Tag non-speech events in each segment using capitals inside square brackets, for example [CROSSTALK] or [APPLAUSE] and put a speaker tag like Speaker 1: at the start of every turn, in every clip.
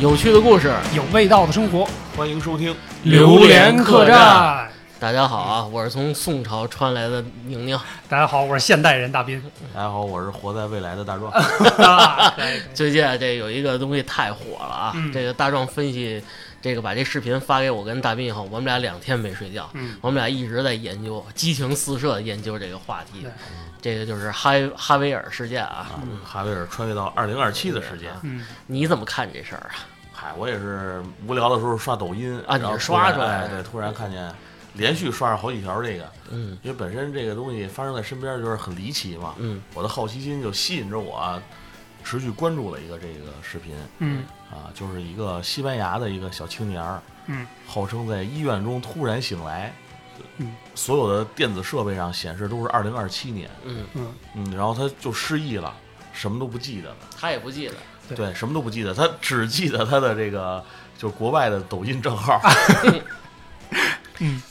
Speaker 1: 有趣的故事，
Speaker 2: 有味道的生活，
Speaker 3: 欢迎收听。
Speaker 1: 榴莲客
Speaker 2: 客
Speaker 1: 栈。大家好啊，我是从宋朝穿来的宁宁。
Speaker 2: 大家好，我是现代人大斌。
Speaker 3: 大家好，我是活在未来的大
Speaker 1: [LAUGHS]
Speaker 3: 壮。
Speaker 2: 啊可以可以
Speaker 1: 最近啊，这有一个东西太火了啊！
Speaker 2: 嗯
Speaker 1: 这个大壮分析，这个把这视频发给我跟大斌以后，我们俩两天没睡觉，
Speaker 2: 嗯，
Speaker 1: 我们俩一直在研究，激情四射地研究这个话题
Speaker 2: 对。
Speaker 1: 这个就是哈哈维尔事件啊，
Speaker 3: 啊，哈维尔穿越到二零二七的时间。
Speaker 2: 嗯，
Speaker 1: 你怎么看这事儿啊？
Speaker 3: 嗨，我也是无聊的时候刷抖音
Speaker 1: 啊你是
Speaker 3: 然后突然
Speaker 1: 刷出来的
Speaker 3: 哎对，突然看见连续刷了好几条这个，
Speaker 1: 嗯
Speaker 3: 因为本身这个东西发生在身边就是很离奇嘛，
Speaker 1: 嗯，
Speaker 3: 我的好奇心就吸引着我啊持续关注了一个这个视频
Speaker 2: 嗯
Speaker 3: 啊，就是一个西班牙的一个小青年儿，
Speaker 2: 嗯，
Speaker 3: 号称在医院中突然醒来，
Speaker 2: 嗯，
Speaker 3: 所有的电子设备上显示都是二零二七年，
Speaker 1: 嗯，
Speaker 2: 嗯，
Speaker 3: 嗯，然后他就失忆了，什么都不记得了。
Speaker 1: 他也不记得。
Speaker 2: 对，
Speaker 3: 对，什么都不记得，他只记得他的这个就是国外的抖音账号，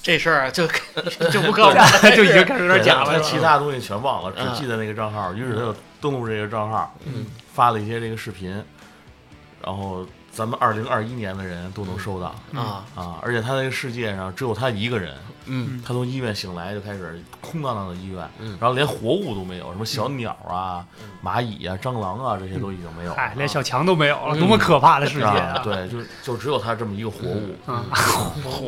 Speaker 1: 这事儿啊 [LAUGHS] 就 [LAUGHS] 就不告诉我
Speaker 2: 就已经开 [LAUGHS] 始有
Speaker 3: 对
Speaker 2: 点假了，
Speaker 3: 他
Speaker 2: 是吧
Speaker 3: 其他东西全忘了，
Speaker 1: 嗯
Speaker 3: 只记得那个账号。于是他就登录这个账号，
Speaker 1: 嗯，
Speaker 3: 发了一些这个视频，然后咱们二零二一年的人都能收到
Speaker 1: 啊，
Speaker 2: 嗯
Speaker 3: 啊！而且他那个世界上只有他一个人，
Speaker 1: 嗯
Speaker 3: 他从医院醒来就开始空荡荡的医院，
Speaker 1: 嗯
Speaker 3: 然后连活物都没有，什么
Speaker 2: 嗯
Speaker 3: 小鸟啊、蚂蚁啊、蟑螂啊这些都已经没有了，
Speaker 2: 哎，连小强都没有了，
Speaker 1: 嗯
Speaker 2: 多么可怕的世界
Speaker 3: 啊
Speaker 2: 啊！，
Speaker 3: 对，就就只有他这么一个活物。
Speaker 2: 啊，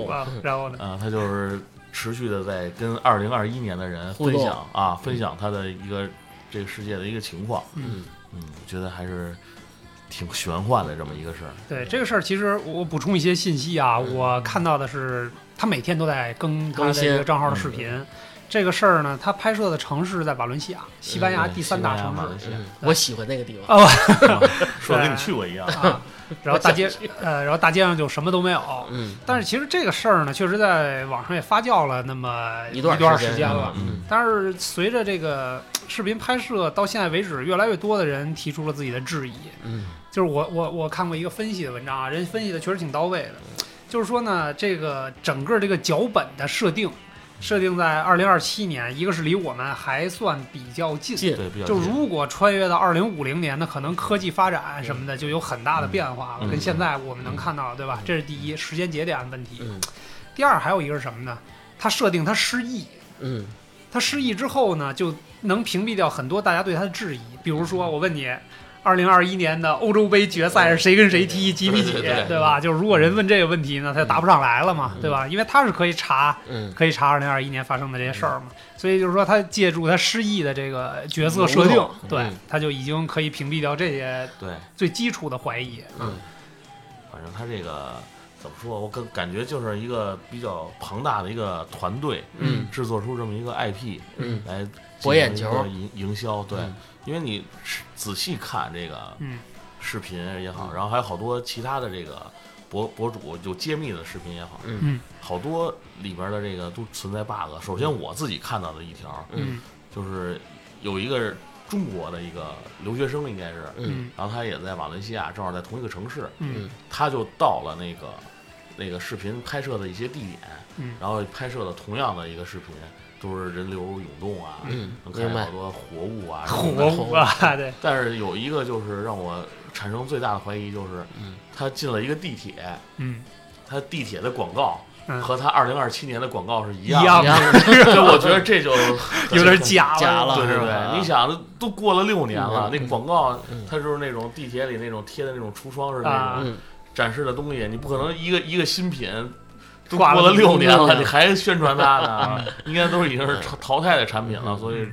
Speaker 2: 啊然后呢？
Speaker 3: 啊，他就是持续的在跟二零二一年的人
Speaker 1: 互
Speaker 3: 分
Speaker 1: 动
Speaker 3: 享啊，分享他的一个这个世界的一个情况。
Speaker 1: 嗯
Speaker 3: 嗯，我觉得还是挺玄幻的这么一个事儿。
Speaker 2: 对这个事儿，其实我补充一些信息啊，我看到的是他每天都在更他
Speaker 1: 更
Speaker 2: 的
Speaker 1: 新
Speaker 2: 这个账号的视频。这个事儿呢，他拍摄的城市在瓦伦西亚，西班牙
Speaker 3: 对
Speaker 2: 第三大城
Speaker 3: 西班牙马
Speaker 2: 市
Speaker 3: 来。西亚
Speaker 1: 嗯，我喜欢那个地方。
Speaker 2: 哦，
Speaker 3: 说的跟你去过一样。
Speaker 2: 啊，然后大街呃，然后大街上就什么都没有。
Speaker 1: 嗯，
Speaker 2: 但是其实这个事儿呢，确实在网上也发酵了那么
Speaker 1: 一段
Speaker 2: 段儿
Speaker 1: 时间
Speaker 2: 间
Speaker 1: 了
Speaker 2: 了。
Speaker 3: 嗯，
Speaker 2: 但是随着这个视频拍摄到现在为止，越来越多的人提出了自己的质疑。
Speaker 1: 嗯
Speaker 2: 就是我我我看过一个分析的文章啊，人家分析的确实挺到位的。就是说呢，这个整个这个脚本的设定，设定在二零二七年，一个是离我们还算比较嗯近，
Speaker 1: 近
Speaker 3: 啊对，比较
Speaker 2: 就
Speaker 3: 近
Speaker 2: 如果穿越到二零五零年呢，可能科技发展什么的就有很大的变化了，
Speaker 3: 嗯
Speaker 2: 跟现在我们能看到的，对吧？这是第一时间节点的问题。
Speaker 1: 嗯
Speaker 2: 第二，还有一个是什么呢？他设定他失忆，
Speaker 1: 嗯
Speaker 2: 他失忆之后呢，就能屏蔽掉很多大家对他的质疑。比如说，我问你，二零二一年的欧洲杯决赛是谁跟谁踢，几比几，
Speaker 1: 对对对
Speaker 2: 对吧？就是如果人问这个问题呢，他就答不上来了嘛，对吧？因为他是可以查
Speaker 1: 嗯，
Speaker 2: 可以查二零二一年发生的这些事儿嘛。所以就是说，他借助他失忆的这个角色设
Speaker 1: 流
Speaker 2: 定
Speaker 1: 动，
Speaker 2: 对
Speaker 1: 嗯，
Speaker 2: 他就已经可以屏蔽掉这些
Speaker 3: 对，
Speaker 2: 最基础的怀疑。
Speaker 1: 嗯
Speaker 3: 反正他这个怎么说，我感感觉就是一个比较庞大的一个团队，
Speaker 1: 嗯，
Speaker 3: 制作出这么一个 IP，
Speaker 1: 嗯，
Speaker 3: 来进
Speaker 1: 博眼
Speaker 3: 行一
Speaker 1: 球
Speaker 3: 个营营销。对
Speaker 1: 嗯，
Speaker 3: 因为你仔细看这个，
Speaker 2: 嗯
Speaker 3: 视频也好，
Speaker 1: 嗯
Speaker 3: 然后还有好多其他的这个博博主有揭秘的视频也好，
Speaker 1: 嗯
Speaker 2: 嗯
Speaker 3: 好多里边的这个都存在 bug。首先我自己看到的一条
Speaker 1: 嗯
Speaker 2: 嗯
Speaker 3: 就是有一个中国的一个留学生应该是，
Speaker 1: 嗯
Speaker 2: 嗯
Speaker 3: 然后他也在瓦伦西亚，正好在同一个城市，
Speaker 2: 嗯
Speaker 3: 他就到了那个那个视频拍摄的一些地点，
Speaker 2: 嗯
Speaker 3: 然后拍摄了同样的一个视频，都是人流涌动啊，
Speaker 1: 嗯
Speaker 3: 能看
Speaker 1: 明
Speaker 3: 见
Speaker 1: 白
Speaker 3: 好。多活物啊，什么的
Speaker 2: 活物啊， [LAUGHS] 对，
Speaker 3: 但是有一个就是让我产生最大的怀疑，就是
Speaker 1: 嗯
Speaker 3: 他进了一个地铁，
Speaker 2: 嗯
Speaker 3: 他地铁的广告
Speaker 2: 嗯，
Speaker 3: 和他二零二七年的广告是一
Speaker 2: 一
Speaker 3: 样
Speaker 2: 样
Speaker 3: 的，所以我觉得这 [LAUGHS]
Speaker 1: [LAUGHS]
Speaker 3: 就
Speaker 2: 有点假了，
Speaker 1: 假了
Speaker 3: 对对
Speaker 1: 是吧
Speaker 3: 对，你想都过了六年
Speaker 1: 嗯
Speaker 3: 了，那广告
Speaker 1: 嗯
Speaker 3: 它就是那种地铁里那种贴的那种橱窗式那
Speaker 2: 啊
Speaker 3: 种
Speaker 1: 嗯，
Speaker 3: 展示的东西，你不可能一个一个新品。都过
Speaker 2: 挂了
Speaker 3: 了六年
Speaker 1: 六
Speaker 3: 了，
Speaker 1: 年
Speaker 3: 你还宣传它呢？应该都已经是淘淘汰的产品了，
Speaker 1: 嗯
Speaker 3: 所以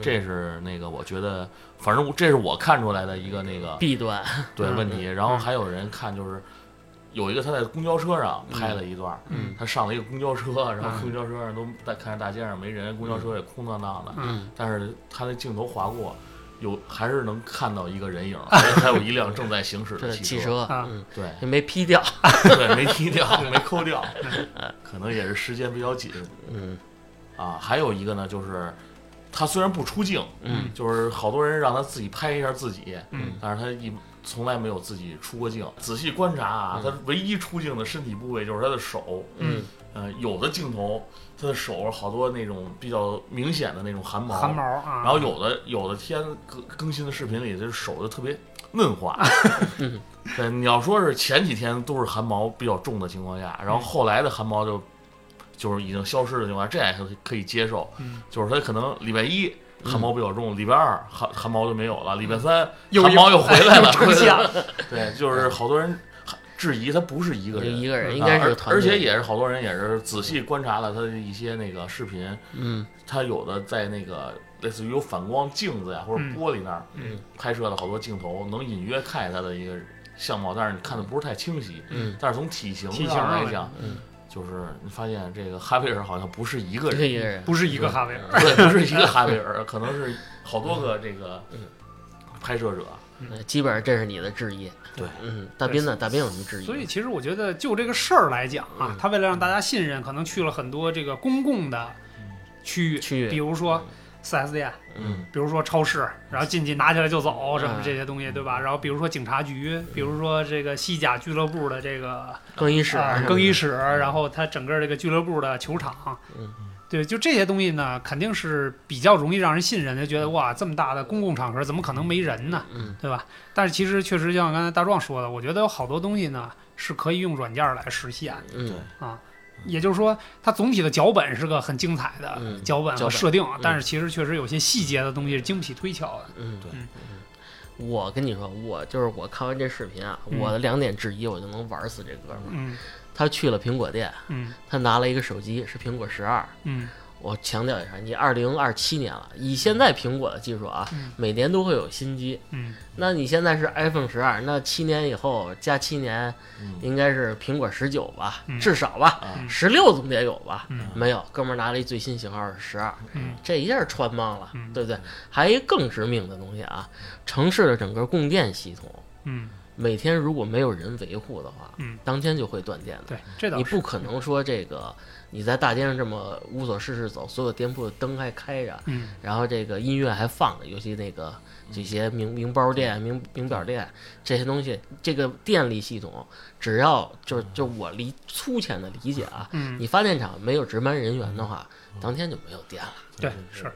Speaker 3: 这是那个我觉得，反正我这是我看出来的一个那个
Speaker 1: 弊端。
Speaker 3: 对
Speaker 2: 嗯
Speaker 3: 问题。然后还有人看就是有一个他在公交车上拍了一段儿，
Speaker 1: 嗯
Speaker 3: 他上了一个公交车，然后
Speaker 2: 嗯
Speaker 3: 公交车上都在看着大街上没人，公交车也空荡荡的，
Speaker 1: 嗯
Speaker 3: 但是他的镜头划过。有还是能看到一个人影，还还有一辆正在行驶
Speaker 1: 这
Speaker 3: 的
Speaker 1: 汽
Speaker 3: 车，
Speaker 1: 车，
Speaker 2: 啊
Speaker 1: 嗯，
Speaker 3: 对
Speaker 1: 也没 P 掉。
Speaker 3: [LAUGHS] 对，没踢掉，没抠掉，可能也是时间比较紧
Speaker 1: 嗯
Speaker 3: 啊。还有一个呢，就是他虽然不出镜，
Speaker 1: 嗯
Speaker 3: 就是好多人让他自己拍一下自己，
Speaker 2: 嗯
Speaker 3: 但是他一从来没有自己出过镜。仔细观察
Speaker 2: 嗯
Speaker 3: 啊，他唯一出镜的身体部位就是他的手。
Speaker 1: 嗯，
Speaker 3: 呃，有的镜头他的手好多那种比较明显的那种汗毛，
Speaker 2: 汗毛啊，
Speaker 3: 嗯然后有的有的天更更新的视频里，这手就特别嫩滑。
Speaker 1: 嗯
Speaker 3: 对，你要说是前几天都是汗毛比较重的情况下，然后后来的汗毛就就是已经消失的情况下，这还可以可以接受。
Speaker 2: 嗯
Speaker 3: 就是他可能礼拜一汗毛比较重，礼拜二汗汗毛就没有了，礼拜三
Speaker 2: [LAUGHS] 又
Speaker 3: 汗毛又回来了，
Speaker 2: 出
Speaker 3: 回
Speaker 2: 现
Speaker 3: 来
Speaker 2: 了
Speaker 3: 了。对，就是好多人质疑他不是一个
Speaker 1: 就
Speaker 3: 人
Speaker 1: 一。个人，
Speaker 2: 嗯
Speaker 1: 应该
Speaker 3: 啊
Speaker 1: 是
Speaker 3: 而
Speaker 1: 个团
Speaker 3: 而
Speaker 1: 队
Speaker 3: 且也是好多人也是仔细观察了他的一些那个视频，
Speaker 1: 嗯
Speaker 3: 他有的在那个类似于有反光镜子呀或者
Speaker 2: 嗯
Speaker 3: 玻璃那儿，
Speaker 1: 嗯
Speaker 3: 拍摄的好多镜头，能隐约看见他的一个相貌，但是你看的不是太清晰。
Speaker 1: 嗯，
Speaker 3: 但是从体型
Speaker 2: 体型
Speaker 3: 上
Speaker 2: 上
Speaker 3: 来
Speaker 2: 来
Speaker 3: 讲，
Speaker 1: 嗯
Speaker 3: 就是你发现这个哈维尔好像不是一个
Speaker 1: 一个
Speaker 3: 人，
Speaker 1: 一个人，
Speaker 2: 不是一个哈维尔。
Speaker 3: 对，不是一个哈维尔，可能是好多个这个
Speaker 1: 嗯
Speaker 3: 拍摄者。
Speaker 1: 呃基本上这是你的置业。
Speaker 3: 对，
Speaker 1: 嗯，大斌呢？大斌有什么置业？
Speaker 2: 所以其实我觉得，就这个事儿来讲啊
Speaker 1: 嗯，
Speaker 2: 他为了让大家信任，可能去了很多这个公共的区域，
Speaker 1: 区
Speaker 2: 比
Speaker 1: 域，
Speaker 2: 如说 4S 店，
Speaker 1: 嗯
Speaker 3: 嗯，
Speaker 2: 比如说超市，然后进去拿起来就走，什么
Speaker 1: 嗯
Speaker 2: 这些东西，对吧？然后比如说警察局，比如说这个西甲俱乐部的这个
Speaker 1: 更衣室啊
Speaker 2: 啊
Speaker 1: 什么的，
Speaker 2: 更衣室，然后它整个这个俱乐部的球场，
Speaker 1: 嗯
Speaker 2: 对，就这些东西呢，肯定是比较容易让人信任的，觉得哇，这么大的公共场合怎么可能没人呢，
Speaker 1: 嗯
Speaker 2: 对吧？但是其实确实就像刚才大壮说的，我觉得有好多东西呢是可以用软件来实现的，
Speaker 1: 嗯
Speaker 2: 也就是说，它总体的脚本是个很精彩的
Speaker 1: 嗯
Speaker 2: 脚本
Speaker 1: 脚
Speaker 2: 和
Speaker 1: 本
Speaker 2: 设定，但是其实确实有些细节的东西是经不起推敲的。
Speaker 1: 嗯，
Speaker 3: 对
Speaker 1: 嗯我跟你说，我就是我看完这视频啊，
Speaker 2: 嗯
Speaker 1: 我的两点质疑我就能玩死这哥们儿。
Speaker 2: 嗯
Speaker 1: 他去了苹果店，
Speaker 2: 嗯
Speaker 1: 他拿了一个手机，是苹果十二。
Speaker 2: 嗯
Speaker 1: 我强调一下，你二零二七年了，以现在苹果的技术啊，
Speaker 2: 嗯
Speaker 1: 每年都会有新机。
Speaker 2: 嗯，
Speaker 1: 那你现在是 iPhone 十二，那七年以后加七年，
Speaker 3: 嗯
Speaker 1: 应该是苹果十九吧，
Speaker 2: 嗯
Speaker 1: 至少吧，
Speaker 3: 啊，
Speaker 2: 嗯
Speaker 1: 十六总得有吧？
Speaker 2: 嗯
Speaker 1: 没有，哥们儿拿了一最新型号是十二，
Speaker 2: 嗯
Speaker 1: 这一下穿帮了，
Speaker 2: 嗯
Speaker 1: 对不对？还有一个更致命的东西啊，城市的整个供电系统，
Speaker 2: 嗯
Speaker 1: 每天如果没有人维护的话，
Speaker 2: 嗯
Speaker 1: 当天就会断电的。
Speaker 2: 对，这倒
Speaker 1: 你
Speaker 2: 是
Speaker 1: 不可能说这个你在大街上这么无所事事走，所有店铺的灯还开着，
Speaker 2: 嗯
Speaker 1: 然后这个音乐还放着，尤其那个这些名名包店、名名表店这些东西，这个电力系统，只要就是就我理粗浅的理解啊，
Speaker 2: 嗯，
Speaker 1: 你发电厂没有值班人员的话，当天就没有电了。
Speaker 2: 对是。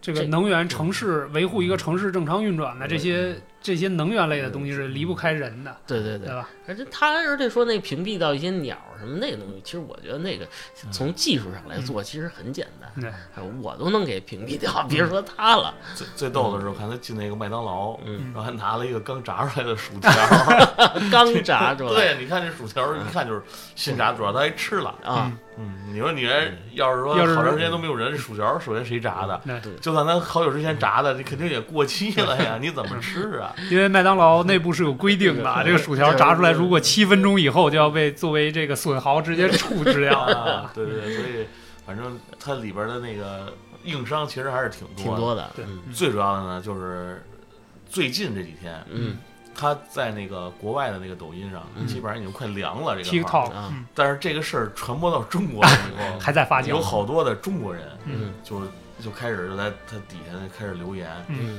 Speaker 2: 这个
Speaker 1: 这
Speaker 2: 能源城市维护一个城市正常运转的这些这些能源类的东西是离不开人的，
Speaker 1: 对对
Speaker 2: 对
Speaker 1: 对，
Speaker 2: 吧？
Speaker 1: 而且他而且说那屏蔽到一些鸟儿什么那个东西，其实我觉得那个从技术上来做，其实很简单，
Speaker 2: 嗯
Speaker 1: 哎
Speaker 2: 对，嗯
Speaker 1: 我都能给屏蔽掉，别说他了。
Speaker 3: 最最逗的是，我看他进那个麦当劳，
Speaker 1: 嗯
Speaker 3: 然后还拿了一个刚炸出来的薯条。嗯
Speaker 1: 刚炸出来，
Speaker 3: [LAUGHS] 对，你看这薯条，一看就是新炸，主要他还吃了。
Speaker 1: 啊，
Speaker 3: 嗯，你说你这要是说
Speaker 2: 要是
Speaker 3: 好长时间都没有人，这薯条首先谁炸的？
Speaker 2: 对
Speaker 1: 对
Speaker 3: 就算咱好久之前炸的，这肯定也过期了
Speaker 2: [LAUGHS]
Speaker 3: 呀，你怎么吃啊？
Speaker 2: 因为麦当劳内部是有规定的，这个薯条炸出来，如果七分钟以后就要被作为这个损耗直接处置掉的。
Speaker 3: 啊，对对，对所以反正它里边的那个硬伤其实还是挺多
Speaker 1: 挺
Speaker 3: 的。
Speaker 1: 多的，
Speaker 2: 对
Speaker 1: 嗯
Speaker 3: 最主要的呢，就是最近这几天，
Speaker 1: 嗯
Speaker 3: 他在那个国外的那个抖音上，基本上已经快凉了这个号。
Speaker 2: TikTok
Speaker 1: 啊
Speaker 2: 嗯
Speaker 3: 但是这个事儿传播到中国了以后，
Speaker 2: [LAUGHS] 还在发酵
Speaker 3: 有，好多的中国人
Speaker 2: 嗯
Speaker 1: 嗯
Speaker 3: 就就开始就在他底下开始留言，
Speaker 1: 嗯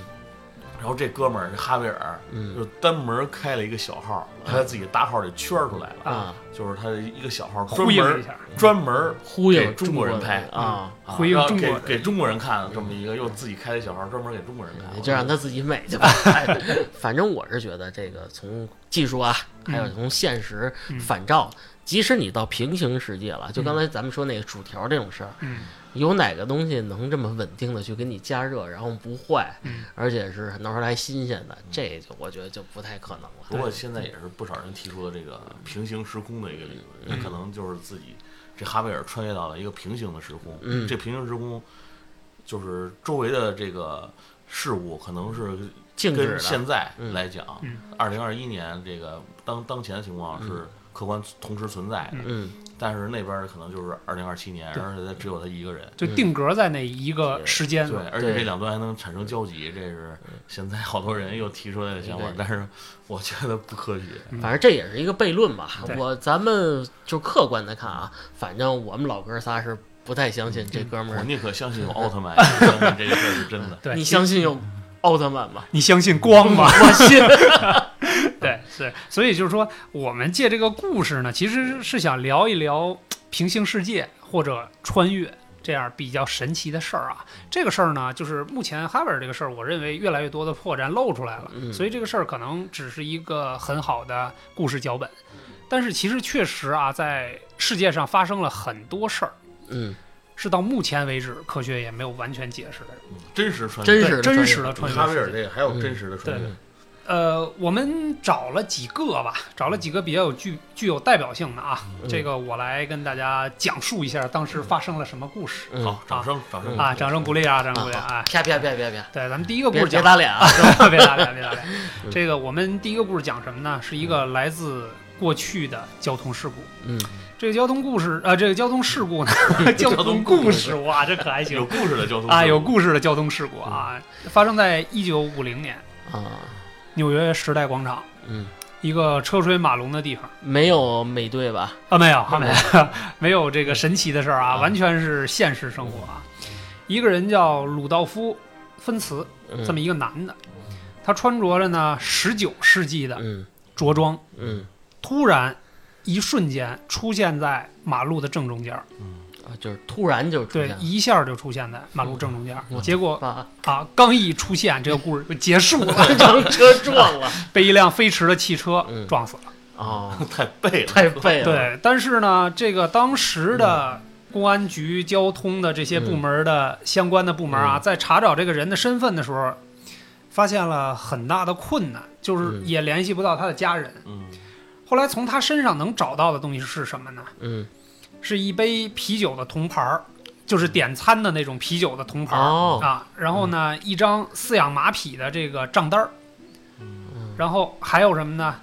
Speaker 3: 然后这哥们儿哈维尔
Speaker 1: 嗯
Speaker 3: 就专门开了一个小号，把他自己大号给圈儿出来了，
Speaker 1: 啊，
Speaker 3: 就是他一个小号专
Speaker 2: 呼应一
Speaker 3: 门
Speaker 2: 下，嗯
Speaker 3: 专门
Speaker 1: 忽悠
Speaker 3: 给中国人拍
Speaker 1: 的啊，
Speaker 3: 啊
Speaker 2: 回应
Speaker 3: 要
Speaker 2: 中国
Speaker 3: 给
Speaker 2: 人
Speaker 3: 给中国人看的这么一个，又自己开的小号专门给中国人看，
Speaker 1: 你就让他自己美去吧。
Speaker 3: [LAUGHS]
Speaker 1: 哎反正我是觉得这个从技术啊，
Speaker 2: 嗯
Speaker 1: 还有从现实
Speaker 2: 嗯
Speaker 1: 反照，即使你到平行世界了，就
Speaker 3: 嗯
Speaker 1: 刚才咱们说那个薯条这种事儿，
Speaker 2: 嗯
Speaker 1: 有哪个东西能这么稳定的去给你加热，然后不坏，
Speaker 2: 嗯，
Speaker 1: 而且是拿出来新鲜的，这就我觉得就不太可能了。
Speaker 3: 不过现在也是不少人提出了这个平行时空的一个理论，
Speaker 2: 嗯
Speaker 3: 也可能就是自己这哈维尔穿越到了一个平行的时空，
Speaker 1: 嗯
Speaker 3: 这平行时空就是周围的这个事物可能是
Speaker 1: 静止
Speaker 3: 跟
Speaker 1: 的
Speaker 3: 现在
Speaker 1: 嗯
Speaker 3: 来讲
Speaker 2: 嗯，
Speaker 3: 二零二一年这个当当前的情况是客观同时存在的，
Speaker 1: 嗯
Speaker 3: 但是那边儿可能就是二零二七年，
Speaker 2: 对
Speaker 3: 而且它只有他一个人。
Speaker 2: 就定格在那一个时间
Speaker 3: 对，，而且
Speaker 1: 对
Speaker 3: 这两端还能产生交集，这是现在好多人又提出来的想法
Speaker 1: 对，
Speaker 3: 但是我觉得不科学。
Speaker 1: 反正这也是一个悖论吧
Speaker 2: 对。
Speaker 1: 我咱们就客观的看啊，反正我们老哥仨是不太相信
Speaker 2: 嗯
Speaker 1: 这哥们
Speaker 3: 我
Speaker 1: 儿。
Speaker 3: 宁可相
Speaker 1: [LAUGHS]
Speaker 3: 信有奥特曼，也不相信这个事儿是真的。
Speaker 2: 对嗯
Speaker 1: 你相信有奥特曼吗？
Speaker 2: [LAUGHS] 你相信光吗？
Speaker 1: 我信。
Speaker 2: 对，所以就是说，我们借这个故事呢，其实是想聊一聊平行世界或者穿越这样比较神奇的事儿啊。这个事儿呢，就是目前哈维尔这个事儿，我认为越来越多的破绽露出来了，
Speaker 1: 嗯
Speaker 2: 所以这个事儿可能只是一个很好的故事脚本，但是其实确实啊，在世界上发生了很多事儿，
Speaker 1: 嗯，
Speaker 2: 是到目前为止科学也没有完全解释的。
Speaker 3: 嗯真实穿
Speaker 1: 真
Speaker 3: 越。
Speaker 1: 实嗯的
Speaker 2: 对真
Speaker 1: 穿
Speaker 2: 实
Speaker 1: 越
Speaker 2: 的穿越
Speaker 3: 哈
Speaker 2: 世
Speaker 3: 维
Speaker 2: 界
Speaker 3: 尔这个还有真实的穿越，
Speaker 2: 呃，我们找了几个吧，找了几个比较有具具有代表性的啊，
Speaker 1: 嗯
Speaker 2: 这个我来跟大家讲述一下当时发生了什么故事、
Speaker 1: 嗯
Speaker 3: 好，掌声，掌声
Speaker 2: 啊，掌声鼓励啊，掌声鼓励
Speaker 1: 啊
Speaker 2: 啊！
Speaker 1: 啪啪啪
Speaker 2: [LAUGHS]
Speaker 1: 啪啪，
Speaker 2: 对，咱们第一个故
Speaker 1: 别
Speaker 2: 事
Speaker 1: 别
Speaker 2: 讲，
Speaker 1: 打脸啊！
Speaker 2: [LAUGHS] 别打脸，别打脸。
Speaker 1: 嗯
Speaker 2: 这个我们第一个故事讲什么呢？是一个来自过去的交通事故。
Speaker 1: 嗯，
Speaker 2: 这个交通故事，呃，这个交通事故呢，交通
Speaker 3: 通
Speaker 2: 故
Speaker 3: 故
Speaker 2: 事，
Speaker 3: 事
Speaker 2: 哇，这可还行
Speaker 3: 有故事的交通
Speaker 2: 啊，有
Speaker 3: 事
Speaker 2: 故事的交通事故啊，发生在一九五零年
Speaker 1: 啊，
Speaker 2: 纽约时代广场
Speaker 1: 嗯，
Speaker 2: 一个车水马龙的地方。
Speaker 1: 没有美队吧？
Speaker 2: 啊，没有，
Speaker 1: 没
Speaker 2: 没有， [LAUGHS] 没有这个神奇的事儿啊，
Speaker 1: 嗯
Speaker 2: 完全是现实生活啊。一个人叫鲁道夫·芬茨，
Speaker 1: 嗯
Speaker 2: 这么一个男的，他穿着着呢十九世纪的
Speaker 1: 嗯
Speaker 2: 着装，
Speaker 1: 嗯
Speaker 2: 突然一瞬间出现在马路的正中间儿，
Speaker 1: 啊，就是突然就出
Speaker 2: 对
Speaker 1: 现，了
Speaker 2: 一下就出现在马路正中间儿。
Speaker 1: 嗯
Speaker 2: 结果 [LAUGHS]
Speaker 1: 把
Speaker 2: 啊，刚一出现，这个故事就结
Speaker 1: [LAUGHS]
Speaker 2: 束了，
Speaker 1: 让车撞了。
Speaker 2: [LAUGHS] 被一辆飞驰的汽车
Speaker 1: 嗯
Speaker 2: 撞死了。
Speaker 1: [LAUGHS] 哦，
Speaker 3: [LAUGHS] 太背了，
Speaker 1: 太背了。，嗯
Speaker 2: 对，但是呢，这个当时的公安局、交通的这些部门的相关的部门
Speaker 1: 嗯
Speaker 2: 啊，在查找这个人的身份的时候，发现了很大的困难，就是
Speaker 1: 嗯
Speaker 2: 也联系不到他的家人。
Speaker 3: 嗯，
Speaker 2: 后来从他身上能找到的东西是什么呢？
Speaker 1: 嗯，
Speaker 2: 是一杯啤酒的铜牌儿，就是点餐的那种啤酒的铜牌儿、
Speaker 1: 哦，
Speaker 2: 啊。然后呢，一张饲养马匹的这个账单儿，
Speaker 1: 嗯
Speaker 2: 然后还有什么呢？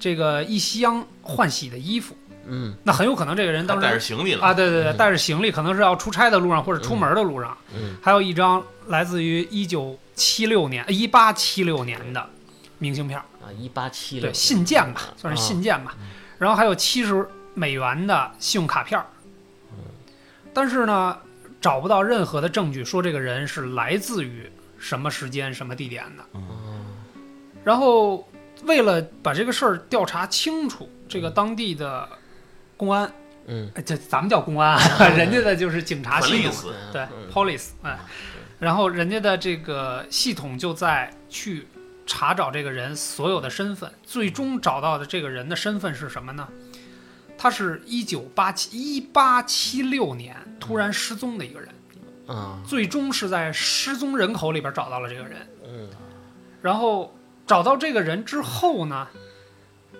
Speaker 2: 这个一箱换洗的衣服。
Speaker 1: 嗯
Speaker 2: 那很有可能这个人
Speaker 3: 他
Speaker 2: 当时
Speaker 3: 带着行李
Speaker 2: 啊，
Speaker 3: 了，
Speaker 2: 对对对，
Speaker 1: 嗯
Speaker 2: 带着行李可能是要出差的路上或者出门的路上，
Speaker 1: 嗯
Speaker 2: 还有一张来自于一九七六年、呃一八七六年的明信片儿，
Speaker 1: 啊，一八七啊
Speaker 2: 对，
Speaker 1: 零，
Speaker 2: 信件吧，算是
Speaker 3: 啊
Speaker 2: 信件
Speaker 3: 嗯
Speaker 2: 吧。然后还有七十美元的信用卡片儿，
Speaker 3: 嗯
Speaker 2: 但是呢，找不到任何的证据说这个人是来自于什么时间、什么地点的。
Speaker 1: 哦
Speaker 2: 然后为了把这个事儿调查清楚，这
Speaker 3: 嗯
Speaker 2: 个当地的公安，
Speaker 1: 嗯，
Speaker 2: 哎这咱们叫公安啊，人家的就是警察系
Speaker 3: 意
Speaker 2: 统。
Speaker 3: 思，
Speaker 2: 对
Speaker 1: 嗯
Speaker 2: ，police，哎，然后人家的这个系统就在去查找这个人所有的身份，最终找到的这个人的身份是什么呢？他是一九八七一八七六年突然失踪的一个人，
Speaker 1: 啊，
Speaker 2: 最终是在失踪人口里边找到了这个人。
Speaker 1: 嗯
Speaker 2: 然后找到这个人之后呢，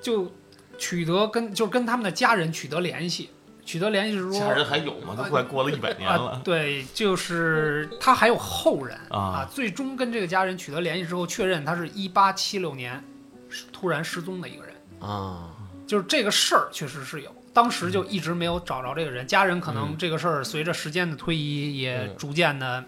Speaker 2: 就取得跟就跟他们的家人取得联系，取得联系是说
Speaker 3: 家人还有吗？都快过了一百
Speaker 2: [LAUGHS]
Speaker 3: 年
Speaker 2: 啊
Speaker 3: 了，
Speaker 2: 对，就是他还有后人
Speaker 3: 啊
Speaker 2: 啊。最终跟这个家人取得联系之后，确认他是一八七六年是突然失踪的一个人，
Speaker 1: 啊，
Speaker 2: 就是这个事儿确实是有。当时就一直没有找着这个人，家人可能这个事儿随着时间的推移也
Speaker 1: 嗯
Speaker 2: 逐渐的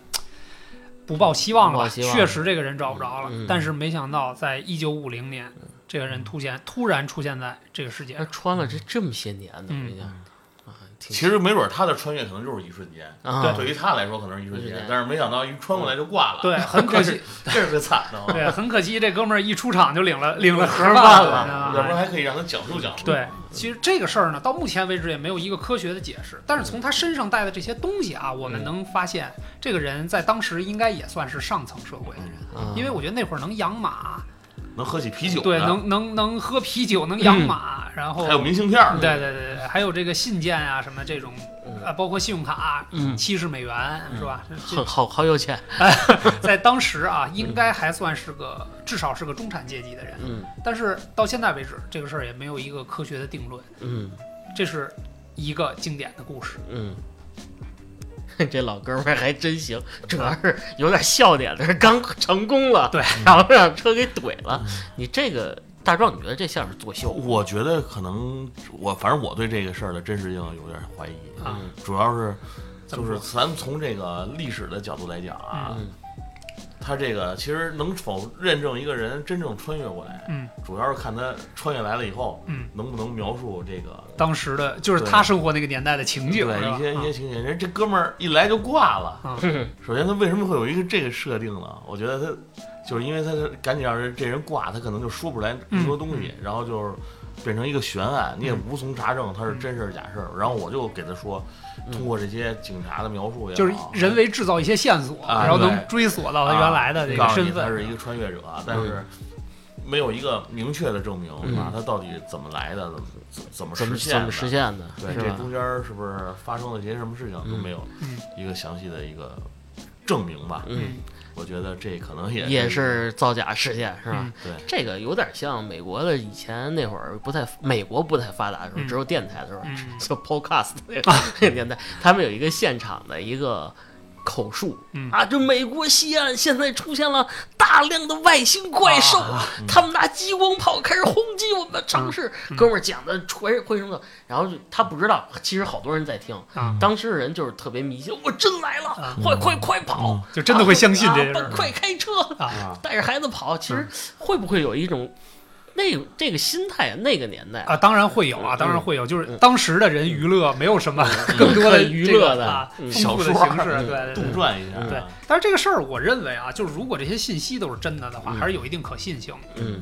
Speaker 2: 不抱希望了
Speaker 1: 不
Speaker 2: 吧，
Speaker 1: 抱希望了
Speaker 2: 确实这个人找不着了。
Speaker 1: 嗯嗯嗯
Speaker 2: 但是没想到，在一九五零年，这个人突现突然出现在这个世
Speaker 1: [LAUGHS]
Speaker 2: 界
Speaker 1: 他
Speaker 2: 上，
Speaker 1: 穿了这这么些年呢，
Speaker 2: 嗯
Speaker 1: 这家啊，挺
Speaker 3: 其实没准他的穿越可能就是一瞬间，
Speaker 1: 啊，
Speaker 3: 对于他来说可能是一瞬
Speaker 1: 一瞬
Speaker 3: 间
Speaker 1: 间，
Speaker 3: 但是没想到一穿过来就挂了，
Speaker 2: 对，很
Speaker 1: [LAUGHS]
Speaker 2: 可惜，
Speaker 3: 这是最惨的啊， [LAUGHS]
Speaker 2: 对，很可惜，这哥们儿一出场就领了领了盒
Speaker 1: 盒
Speaker 2: 饭
Speaker 1: 饭
Speaker 2: 了
Speaker 1: 了
Speaker 2: 你知道
Speaker 3: 要
Speaker 2: 吗，
Speaker 3: 不然还可以让他讲述讲述，
Speaker 2: 对，其实这个事儿呢，到目前为止也没有一个科学的解释。但是从他身上带的这些东西啊，我们
Speaker 3: 嗯
Speaker 2: 能发现，这个人在当时应该也算是上层社会的人，
Speaker 1: 啊
Speaker 2: 因为我觉得那会儿能养马，
Speaker 3: 能喝起嗯啤酒，嗯
Speaker 2: 对，，能能能喝啤酒，能养马，然后
Speaker 3: 还有明信片儿，
Speaker 2: 对对对，对还有这个信件啊什么这种
Speaker 1: 嗯
Speaker 2: 啊，包括信用卡，
Speaker 1: 嗯
Speaker 2: 七十美元是
Speaker 3: [LAUGHS]
Speaker 2: 吧？这
Speaker 1: 好好好有钱，
Speaker 2: 在当时啊，应
Speaker 3: 嗯
Speaker 2: 该还算是个至少是个中产阶级的人，
Speaker 1: 嗯
Speaker 2: 但是到现在为止，这个事儿也没有一个科学的定论。
Speaker 1: 嗯
Speaker 2: 这是一个经典的故事。
Speaker 1: 嗯。 [LAUGHS] 这老哥们儿还真行，主要是有点笑点的，刚成功了，
Speaker 2: 对，
Speaker 1: 然后让车给怼了。
Speaker 3: 嗯
Speaker 1: 你这个大壮，你觉得这像是作秀？
Speaker 3: 我觉得可能我反正我对这个事儿的真实性有点怀疑，
Speaker 2: 啊
Speaker 3: 主要是就
Speaker 2: 怎么
Speaker 3: 是
Speaker 2: 说
Speaker 3: 咱们从这个历史的角度来讲啊，
Speaker 1: 嗯
Speaker 3: 他这个其实能否认证一个人真正穿越过来，
Speaker 2: 嗯，
Speaker 3: 主要是看他穿越来了以后，
Speaker 2: 嗯，
Speaker 3: 能不能描述这个
Speaker 2: 当时的就是他生活那个年代的情景，是
Speaker 3: 对
Speaker 2: 吧
Speaker 3: 一些一
Speaker 2: 啊
Speaker 3: 些情节。人这哥们儿一来就挂了。
Speaker 1: 哼
Speaker 3: 首先，他为什么会有一个这个设定呢？我觉得他就是因为他是赶紧让人这人挂，他可能就说不出来更多东
Speaker 2: 嗯
Speaker 3: 西，然后就是变成一个悬案，你也无从查证他是真事
Speaker 2: 嗯
Speaker 3: 儿假事儿。然后我就给他说，通过这些警察的描述也好，
Speaker 2: 就是人为制造一些线索，
Speaker 3: 啊
Speaker 2: 然后能
Speaker 3: 对啊
Speaker 2: 追索到他原来的这
Speaker 3: 告
Speaker 2: 个
Speaker 3: 诉你
Speaker 2: 身
Speaker 3: 他
Speaker 2: 份。嗯
Speaker 3: 是一个穿越者，啊但是没有一个明确的证明啊，他到底怎么来的，怎么
Speaker 1: 怎
Speaker 3: 怎
Speaker 1: 么
Speaker 3: 么
Speaker 1: 怎么
Speaker 3: 实
Speaker 1: 实
Speaker 3: 现
Speaker 1: 现
Speaker 3: 的？
Speaker 1: 的？
Speaker 3: 对，
Speaker 1: 是
Speaker 3: 这
Speaker 1: 吧？
Speaker 3: 中间是不是发生了些什么事情都没有
Speaker 2: 嗯
Speaker 3: 一个详细的一个证明吧？
Speaker 1: 嗯，
Speaker 3: 我觉得这可能也
Speaker 1: 也是造假事件，是吧
Speaker 2: 嗯？
Speaker 3: 对
Speaker 1: 这个有点像美国的以前那会儿不太美国不太发达的时候，
Speaker 2: 嗯
Speaker 1: 只有电台的时候，[LAUGHS]
Speaker 2: 嗯啊
Speaker 1: 就 Podcast 那个 [LAUGHS] 那个年代，他们有一个现场的一个口述
Speaker 2: 嗯
Speaker 1: 啊，就美国西岸现在出现了大量的外星怪兽，
Speaker 2: 啊嗯
Speaker 1: 他们拿激光炮开始轰击我们城市。哥们儿讲的垂灰什么的，然后就他不知道，其实好多人在听。
Speaker 2: 啊，
Speaker 1: 当时人就是特别迷信，我真来了，快快快跑！
Speaker 2: 嗯就真的会相信这些
Speaker 1: 啊
Speaker 2: 嗯事
Speaker 1: 啊
Speaker 2: 儿
Speaker 1: 快开车
Speaker 2: 啊，
Speaker 1: 带着孩子跑，其实会不会有一种那这个心态啊？那个年代
Speaker 2: 啊，，当然会有
Speaker 3: 嗯
Speaker 2: 啊，当然会有，就是当时的人娱乐没有什么 [LAUGHS] 更多
Speaker 1: 可
Speaker 2: 的
Speaker 1: 以娱
Speaker 2: 这个
Speaker 1: 乐的
Speaker 2: 啊
Speaker 1: 嗯
Speaker 2: 丰富的
Speaker 3: 小说
Speaker 2: 形式，对对对
Speaker 3: 杜撰一下啊，
Speaker 2: 对，但是这个事儿，我认为啊，就是如果这些信息都是真的的话，
Speaker 1: 嗯
Speaker 2: 还是有一定可信性的，
Speaker 1: 嗯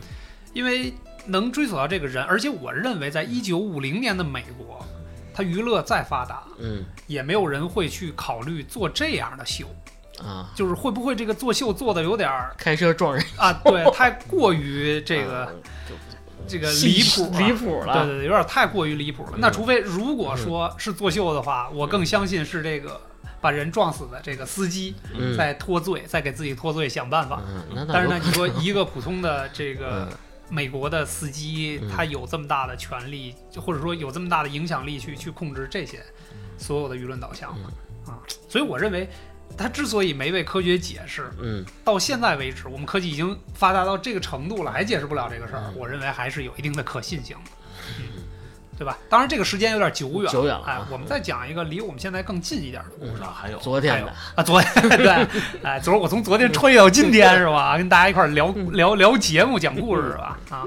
Speaker 2: 因为能追溯到这个人，而且我认为，在一九五零年的美国，它娱乐再发达，
Speaker 1: 嗯
Speaker 2: 也没有人会去考虑做这样的秀，
Speaker 1: 啊，
Speaker 2: 就是会不会这个做秀做的有点儿
Speaker 1: 开车撞人 [LAUGHS]
Speaker 2: 啊，对，太过于这个
Speaker 1: 啊
Speaker 2: 这个
Speaker 1: 细
Speaker 2: 离谱、
Speaker 1: 离
Speaker 2: 啊。
Speaker 1: 谱
Speaker 2: 对
Speaker 1: 了，
Speaker 2: 对对，有点太过于离谱了。
Speaker 1: 嗯
Speaker 2: 那除非如果说是作秀的话，我更相信是这个把人撞死的这个司机
Speaker 1: 嗯
Speaker 2: 在脱罪，在给自己脱罪想办法。
Speaker 1: 嗯，那倒
Speaker 2: 但是
Speaker 1: 有
Speaker 2: 呢，你说一个普通的这个
Speaker 1: [LAUGHS] 嗯
Speaker 2: 美国的司机，
Speaker 1: 嗯
Speaker 2: 他有这么大的权利，就或者说有这么大的影响力去去控制这些
Speaker 1: 嗯
Speaker 2: 所有的舆论导向吗？啊，所以我认为。他之所以没被科学解释，
Speaker 1: 嗯
Speaker 2: 到现在为止，我们科技已经发达到这个程度了，还解释不了这个事
Speaker 1: 嗯
Speaker 2: 儿，我认为还是有一定的可信性的，嗯对吧？当然，这个时间有点久远，
Speaker 1: 久远了
Speaker 2: 哎
Speaker 1: 啊，
Speaker 2: 我们再讲一个离我们现在更近一点的故事。
Speaker 3: 那还有
Speaker 1: 昨
Speaker 2: 还
Speaker 1: 天
Speaker 2: 有
Speaker 1: 的
Speaker 2: 啊，昨天对，哎，昨儿我从昨天穿越到今天是吧？跟大家一块儿聊聊聊节目、讲故事是吧？啊，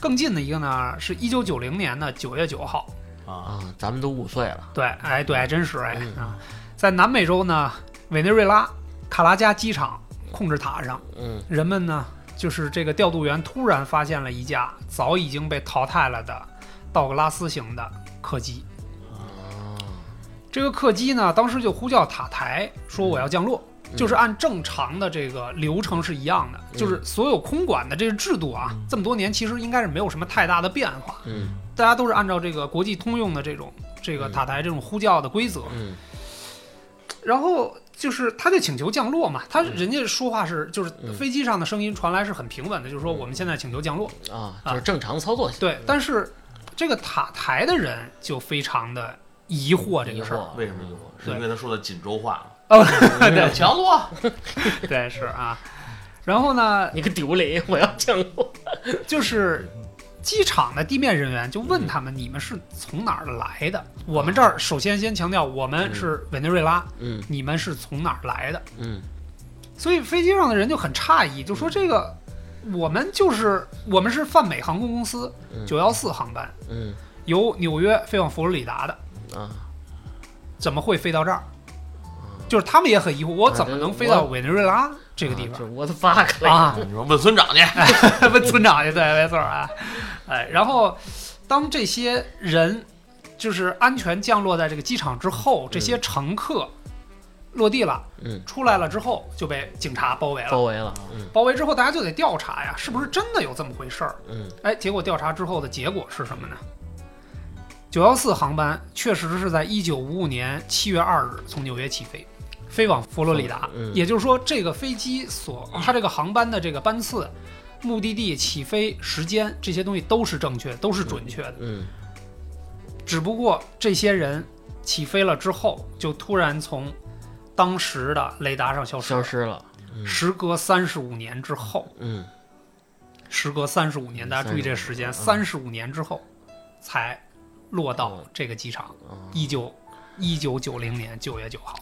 Speaker 2: 更近的一个呢，是一九九零年的九月九号。
Speaker 3: 啊，
Speaker 1: 啊，咱们都五岁了，
Speaker 2: 对，哎，对，还真是哎
Speaker 1: 嗯
Speaker 2: 啊，在南美洲呢，委内瑞拉卡拉加机场控制塔上，
Speaker 1: 嗯
Speaker 2: 人们呢就是这个调度员突然发现了一架早已经被淘汰了的道格拉斯型的客机。嗯
Speaker 1: 啊，
Speaker 2: 这个客机呢，当时就呼叫塔台说我要降落，
Speaker 1: 嗯
Speaker 2: 就是按正常的这个流程是一样的，
Speaker 1: 嗯
Speaker 2: 就是所有空管的这个制度啊，这么多年其实应该是没有什么太大的变化，
Speaker 1: 嗯
Speaker 2: 大家都是按照这个国际通用的这种这个
Speaker 1: 嗯
Speaker 2: 塔台这种呼叫的规则，
Speaker 1: 嗯
Speaker 2: 然后就是他就请求降落嘛，他人家说话是就是
Speaker 1: 嗯
Speaker 2: 飞机上的声音传来是很平稳的，就是说我们现在请求降落，
Speaker 1: 啊，
Speaker 2: 啊
Speaker 1: 就是正常操作
Speaker 2: 对，但是这个塔台的人就非常的疑惑这
Speaker 1: 疑
Speaker 2: 个事儿，
Speaker 1: 惑
Speaker 3: 哦为什么有？是
Speaker 2: 对
Speaker 3: 因为他说的锦州话吗？
Speaker 2: 对
Speaker 3: 强落，
Speaker 2: [LAUGHS] 对是啊，然后呢，
Speaker 1: 你个丢脸，我要降落，
Speaker 2: 就是机场的地面人员就问他们：“你们是从哪儿来的？”我们这儿首先先强调，我们是委内瑞拉，
Speaker 1: 嗯
Speaker 2: 你们是从哪儿来的？
Speaker 1: 嗯
Speaker 2: 所以飞机上的人就很诧异，就说：“这个我们就是我们是泛美航空公司
Speaker 1: 嗯
Speaker 2: 九幺四航班，
Speaker 1: 嗯
Speaker 2: 由纽约飞往佛罗里达的，
Speaker 1: 啊，
Speaker 2: 怎么会飞到这儿？”就是他们也很疑惑，我怎么能飞到委内瑞拉这个地
Speaker 1: 啊啊就是
Speaker 2: 方
Speaker 1: what the fuck
Speaker 2: 啊？
Speaker 3: 你说问村长去，
Speaker 2: [LAUGHS] 问村长去，对，没错啊，哎，然后当这些人就是安全降落在这个机场之后，这些乘客落地了，
Speaker 1: 嗯，
Speaker 2: 出来了之后就被警察包围了。
Speaker 1: 包围了，嗯
Speaker 2: 包围之后，大家就得调查呀，是不是真的有这么回事儿？
Speaker 1: 嗯。
Speaker 2: 哎，结果调查之后的结果是什么呢？九幺四航班确实是在一九五五年七月二日从纽约起飞，飞往佛罗里达。
Speaker 1: 嗯啊
Speaker 2: 也就是说，这个飞机所它这个航班的这个班次、目的地、起飞时间这些东西都是正确，都是准确的。
Speaker 1: 嗯
Speaker 2: 只不过这些人起飞了之后，就突然从当时的雷达上消，失。
Speaker 1: 消失了。
Speaker 2: 时隔三十五年之后，
Speaker 1: 嗯，
Speaker 2: 时隔三十五年，大家注意这时间，三十五年之后才
Speaker 1: 嗯
Speaker 2: 落到这个机场，一九一九九零年九月九号。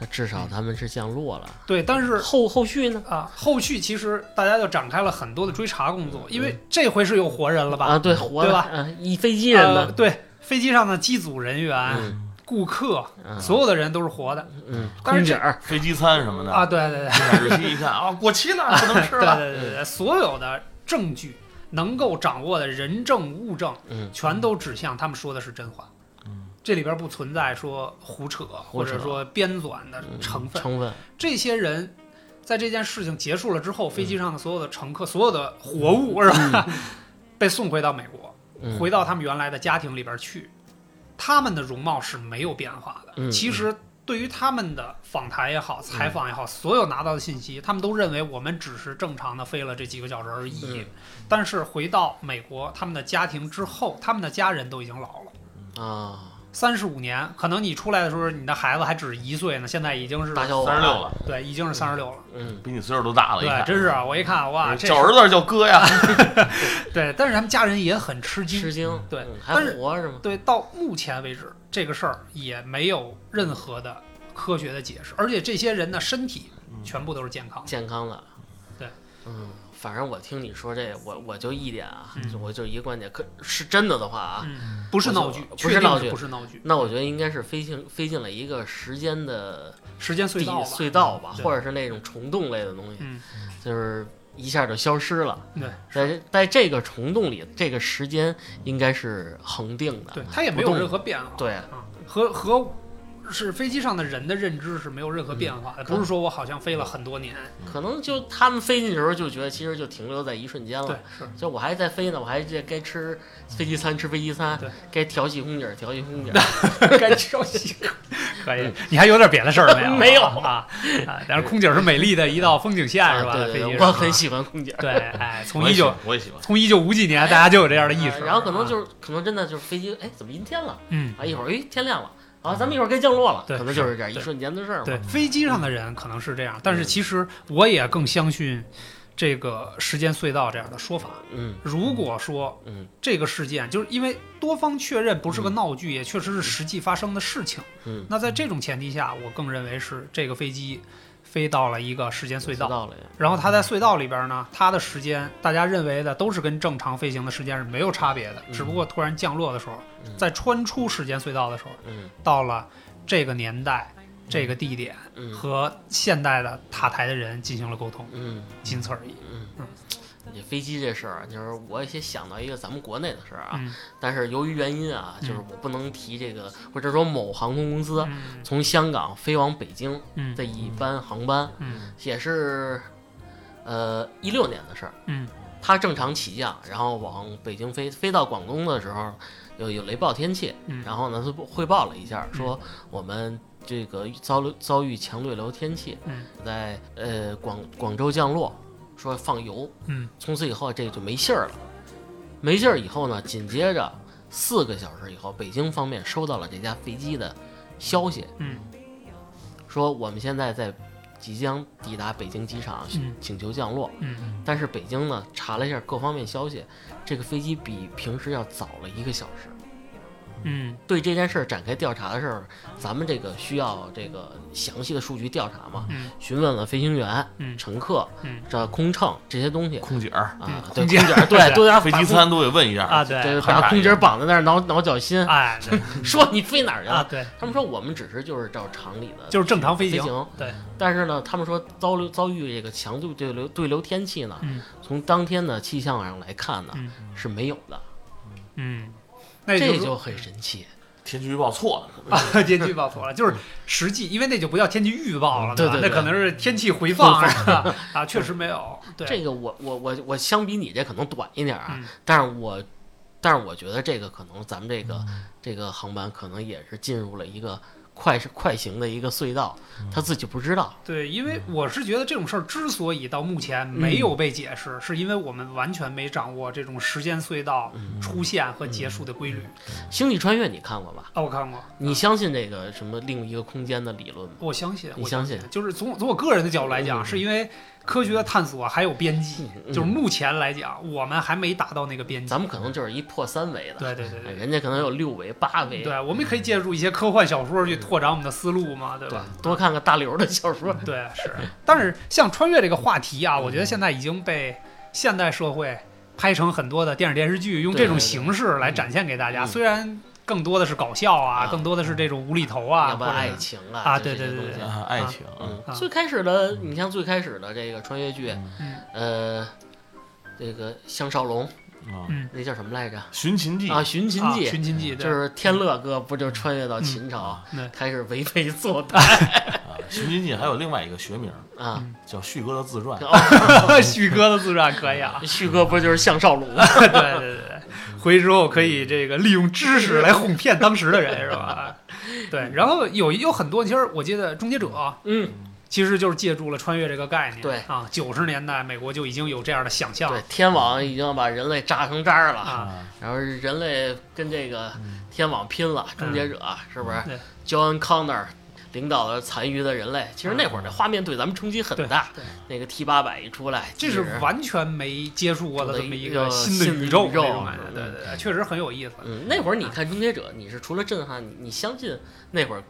Speaker 1: 那至少他们是降落了。
Speaker 2: 对，但是
Speaker 1: 后后续呢？
Speaker 2: 啊，后续其实大家就展开了很多的追查工作，因为这回是有活人了吧？
Speaker 1: 嗯啊，对，活
Speaker 2: 对
Speaker 1: 了，
Speaker 2: 吧
Speaker 1: 啊，一飞机人
Speaker 2: 呃
Speaker 1: 呢？
Speaker 2: 对，飞机上的机组人员、
Speaker 1: 嗯
Speaker 2: 顾客，
Speaker 1: 嗯
Speaker 2: 所有的人都是活的
Speaker 1: 嗯，
Speaker 2: 但是
Speaker 1: 空姐
Speaker 2: 这
Speaker 1: 儿，
Speaker 3: 飞机餐什么的
Speaker 2: 啊！，对对对，
Speaker 3: 看日期一看啊，过期了，不能吃
Speaker 2: 对
Speaker 3: 了。
Speaker 2: 对对对，所有的证据能够掌握的人证物证，
Speaker 1: 嗯
Speaker 2: 全都指向他们说的是真话。
Speaker 3: 嗯
Speaker 2: 这里边不存在说胡扯或者
Speaker 1: 扯嗯
Speaker 2: 说编纂的成分。
Speaker 1: 成分，
Speaker 2: 这些人在这件事情结束了之后，飞机上的所有的乘客、所有的活物是吧，被送回到美国，
Speaker 1: 嗯
Speaker 2: 回到他们原来的家庭里边去。他们的容貌是没有变化的。
Speaker 1: 嗯
Speaker 2: 其实对于他们的访谈也好、采访也好，所有拿到的信息，他们都认为我们只是正常的飞了这几个小时而已。
Speaker 1: 嗯
Speaker 2: 但是回到美国，他们的家庭之后，他们的家人都已经老了。
Speaker 1: 啊，
Speaker 2: 三十五年，可能你出来的时候，你的孩子还只是一岁呢，现在已经是
Speaker 1: 大小伙
Speaker 3: 三十六了，
Speaker 2: 对，已经是三十六了。
Speaker 1: 嗯
Speaker 3: 比你岁数都大了，一
Speaker 2: 对，
Speaker 3: 看
Speaker 2: 真是啊我一看哇，这
Speaker 3: 叫儿子叫哥呀，
Speaker 2: 对，但是他们家人也很吃惊。
Speaker 1: 吃惊，
Speaker 2: 对
Speaker 1: 嗯还
Speaker 2: 但是
Speaker 1: 活着吗？
Speaker 2: 对，到目前为止，这个事儿也没有任何的科学的解释，而且这些人的身体全部都是健康的。
Speaker 1: 健康了，
Speaker 2: 对，
Speaker 1: 嗯，反正我听你说这，我我就一点啊，
Speaker 2: 嗯
Speaker 1: 就我就一观点，可是真的的话啊，
Speaker 2: 嗯，不是闹剧，
Speaker 1: 不是
Speaker 2: 确定
Speaker 1: 闹剧嗯
Speaker 2: 不是闹剧，
Speaker 1: 那我觉得应该是飞进飞进了一个时间的
Speaker 2: 时间隧
Speaker 1: 地
Speaker 2: 道吧。嗯
Speaker 1: 隧道吧，
Speaker 2: 对
Speaker 1: 或者是那种虫洞类的东西，
Speaker 2: 嗯，
Speaker 1: 就是一下就消失了。
Speaker 2: 对
Speaker 1: 在在这个虫洞里，这个时间应该是恒定的，
Speaker 2: 对，他也
Speaker 1: 不
Speaker 2: 没有
Speaker 1: 动
Speaker 2: 任何变化。
Speaker 1: 对
Speaker 2: 啊，和和是飞机上的人的认知是没有任何
Speaker 1: 嗯
Speaker 2: 变化的，不是说我好像飞了很多年。
Speaker 1: 可能就他们飞进去的时候就觉得，其实就停留在一瞬间
Speaker 2: 对
Speaker 1: 了。，
Speaker 2: 是。
Speaker 1: 就我还在飞呢，我还这该吃飞机餐吃飞机餐
Speaker 2: 对，
Speaker 1: 该调戏空姐儿调戏空姐儿。 [LAUGHS]
Speaker 2: 该吃东西可以。 [LAUGHS] 你还有点别的事儿没
Speaker 1: [LAUGHS]
Speaker 2: 有？
Speaker 1: 没有啊
Speaker 2: 啊啊！但是空姐是美丽的一道风景线，是吧？
Speaker 1: 对对
Speaker 2: 飞
Speaker 1: 对，
Speaker 2: 机上啊
Speaker 1: 我很喜欢空姐儿。
Speaker 2: 对，哎，从
Speaker 3: 我
Speaker 2: 一
Speaker 3: 也喜
Speaker 2: 九
Speaker 3: 欢我也喜欢，
Speaker 2: 从一九五几年，大家就有这样的意识。啊
Speaker 1: 呃然后可能
Speaker 2: 是
Speaker 1: 就是可能真的就是飞机，哎，怎么阴天了？
Speaker 2: 嗯，
Speaker 1: 啊，一会儿哎天亮了，啊，咱们一会儿该降落了，
Speaker 2: 对
Speaker 1: 可能就是这样
Speaker 2: 是
Speaker 1: 一
Speaker 2: 对
Speaker 1: 瞬间的事儿嘛。
Speaker 2: 对，飞机上的人可能是这样，但是其实我也更相信这个时间隧道这样的说法。
Speaker 1: 嗯
Speaker 2: 如果说
Speaker 1: 嗯
Speaker 2: 这个事件就是因为多方确认不是个闹剧，也确实是实际发生的事情，
Speaker 1: 嗯，
Speaker 2: 那在这种前提下，我更认为是这个飞机飞到了一个时间隧
Speaker 1: 知
Speaker 2: 道。
Speaker 1: 嗯道了呀。
Speaker 2: 然后它在隧道里边呢，它的时间大家认为的都是跟正常飞行的时间是没有差别的，
Speaker 1: 嗯
Speaker 2: 只不过突然降落的时候，
Speaker 1: 嗯
Speaker 2: 在穿出时间隧道的时候，
Speaker 1: 嗯
Speaker 2: 到了这个年代、这个地点
Speaker 1: 嗯
Speaker 2: 和现代的塔台的人进行了沟通，
Speaker 1: 嗯
Speaker 2: 仅此而已。
Speaker 1: 嗯，你飞机这事儿啊，就是我也想到一个咱们国内的事儿啊，
Speaker 2: 嗯
Speaker 1: 但是由于原因啊，
Speaker 2: 嗯
Speaker 1: 就是我不能提这个，或者说某航空公司
Speaker 2: 嗯
Speaker 1: 从香港飞往北京
Speaker 2: 嗯
Speaker 1: 的一班航班，
Speaker 2: 嗯
Speaker 1: 也是呃一六年的事儿。
Speaker 2: 嗯
Speaker 1: 它正常起降，然后往北京飞，飞到广东的时候有有雷暴天气，
Speaker 2: 嗯，
Speaker 1: 然后呢，他汇报了一下，说我们这个遭遇遭遇强对流天气，
Speaker 2: 嗯
Speaker 1: 在呃广广州降落，说放油，
Speaker 2: 嗯
Speaker 1: 从此以后这就没信儿了。没信儿以后呢，紧接着四个小时以后，北京方面收到了这架飞机的消息，
Speaker 2: 嗯
Speaker 1: 说我们现在在即将抵达北京机场，
Speaker 2: 嗯
Speaker 1: 请求降落。
Speaker 2: 嗯
Speaker 1: 但是北京呢，查了一下各方面消息，这个飞机比平时要早了一个小时。
Speaker 2: 嗯
Speaker 1: 对这件事儿展开调查的时候，咱们这个需要这个详细的数据调查嘛？
Speaker 2: 嗯
Speaker 1: 询问了飞行员、
Speaker 2: 嗯
Speaker 1: 乘客、
Speaker 2: 嗯
Speaker 1: 这空乘这些东西
Speaker 3: 空姐儿、
Speaker 1: 啊，
Speaker 2: 嗯
Speaker 1: 对空
Speaker 2: 空姐
Speaker 1: 姐
Speaker 2: [LAUGHS]
Speaker 1: 儿，对
Speaker 2: 对
Speaker 1: 对家
Speaker 3: 飞机餐都得问一下。
Speaker 2: 啊对
Speaker 1: 对，
Speaker 3: 很
Speaker 1: 把
Speaker 3: 傻
Speaker 1: 空姐儿绑在那儿挠挠脚心，
Speaker 2: 哎对
Speaker 1: 说你飞哪儿去
Speaker 2: 啊
Speaker 1: 了？
Speaker 2: 对，
Speaker 1: 他们说我们只是就是照常理的，
Speaker 2: 就是正常飞
Speaker 1: 飞
Speaker 2: 行
Speaker 1: 行。
Speaker 2: 对，嗯
Speaker 1: 但是呢，他们说遭流遭遇这个强度对流对流天气呢，
Speaker 2: 嗯
Speaker 1: 从当天的气象上来看呢
Speaker 2: 嗯
Speaker 1: 是没有的，
Speaker 2: 嗯，那也
Speaker 1: 这
Speaker 2: 是说
Speaker 1: 就很神奇。
Speaker 3: 天气预报错了，
Speaker 2: 啊， [LAUGHS] 天气预报错了，就是实际，因为那就不叫天气预报了，
Speaker 1: 对嗯
Speaker 2: 吧？
Speaker 1: 对
Speaker 2: 那
Speaker 1: 对
Speaker 2: 可能是天气回放是吧？啊，确实没有，对，
Speaker 1: 这个我我我我相比你这可能短一点啊，
Speaker 2: 嗯
Speaker 1: 但是我但是我觉得这个可能咱们这个、
Speaker 2: 嗯
Speaker 1: 这个航班可能也是进入了一个快快行的一个隧道，
Speaker 2: 嗯
Speaker 1: 他自己不知道。
Speaker 2: 对，因为
Speaker 1: 嗯
Speaker 2: 我是觉得这种事儿之所以到目前没有被解释，是因为我们完全没掌握这种时间隧道
Speaker 1: 嗯
Speaker 2: 出现和结束的规律
Speaker 1: 星际穿越你看过吧？
Speaker 2: 啊。我看过，
Speaker 1: 你相信这个什么另一个空间的理论吗？
Speaker 2: 我相信，
Speaker 1: 你
Speaker 2: 我
Speaker 1: 相
Speaker 2: 信
Speaker 1: 信，
Speaker 2: 就是从从我个人的角度来讲，
Speaker 1: 嗯
Speaker 2: 是因为科学的探索还有边际，
Speaker 1: 嗯
Speaker 2: 就是目前来讲，我们还没达到那个边际
Speaker 1: 咱。们可能就是一破三维的，
Speaker 2: 对对对
Speaker 1: 哎
Speaker 2: 对。
Speaker 1: 人家可能有六维、八维。
Speaker 2: 对，我们可以借助一些科幻小说去拓展我们的思路嘛，对吧？嗯
Speaker 1: 多看看大刘的小说，
Speaker 2: [LAUGHS] 对，是。但是像穿越这个话题啊，我觉得现在已经被现代社会拍成很多的电影电视剧，用这
Speaker 1: 对
Speaker 2: 种
Speaker 1: 对对
Speaker 2: 形式来展现给大家。
Speaker 3: 嗯
Speaker 2: 虽然更多的是搞笑啊，
Speaker 1: 啊
Speaker 2: 更多的是这种无厘头
Speaker 1: 要
Speaker 2: 啊，
Speaker 1: 不
Speaker 2: 或者
Speaker 1: 然爱情啊
Speaker 2: 啊
Speaker 1: 这
Speaker 2: 对
Speaker 1: 些
Speaker 2: 对
Speaker 1: 东
Speaker 2: 对
Speaker 1: 西
Speaker 2: 对
Speaker 3: 啊，爱情，嗯，
Speaker 1: 嗯最开始的，你像最开始的这个穿越剧，
Speaker 2: 嗯
Speaker 1: 呃，这个项少龙
Speaker 3: 啊，
Speaker 2: 嗯
Speaker 1: 那叫什么来着？
Speaker 3: 寻秦记
Speaker 1: 啊，寻秦
Speaker 2: 啊
Speaker 1: 记，
Speaker 2: 寻秦记，
Speaker 1: 就
Speaker 2: 对
Speaker 1: 是天乐哥不就穿越到秦朝，
Speaker 2: 嗯对
Speaker 1: 开始为非作
Speaker 2: [LAUGHS]
Speaker 1: 歹
Speaker 3: 啊，寻秦记还有另外一个学名
Speaker 1: 啊？
Speaker 3: 叫旭哥的自传，
Speaker 1: 哦，
Speaker 2: [LAUGHS] 旭哥的自传可以
Speaker 1: [LAUGHS]
Speaker 2: 啊。
Speaker 1: 旭哥不就是项少龙吗？
Speaker 2: 对对对对，回去之后可以这个利用知识来哄骗当时的人，是吧？对，然后有有很多，其实我记得《终结者》啊
Speaker 1: 嗯，
Speaker 2: 其实就是借助了穿越这个概念。
Speaker 1: 对
Speaker 2: 啊，九十年代美国就已经有这样的想象
Speaker 1: 对，天网已经把人类炸成渣儿了，
Speaker 2: 啊。
Speaker 3: 啊，
Speaker 1: 然后人类跟这个
Speaker 3: 嗯
Speaker 1: 天网拼了，终结者是不是
Speaker 2: 嗯对
Speaker 1: ？John Connor 领导了残余的人类，其实那会儿那画面对咱们冲击很大
Speaker 2: 嗯对对。
Speaker 1: 那个 T 八百一出来，
Speaker 2: 这是完全没接触过的这么一个
Speaker 1: 有
Speaker 2: 新
Speaker 1: 新的
Speaker 2: 宇宙
Speaker 1: 宇
Speaker 2: 那
Speaker 1: 宙
Speaker 2: 种感觉，对对对，确实很有意思。
Speaker 1: 嗯，那会儿你看《终结者》，你是除了震撼，你你相信那会儿啊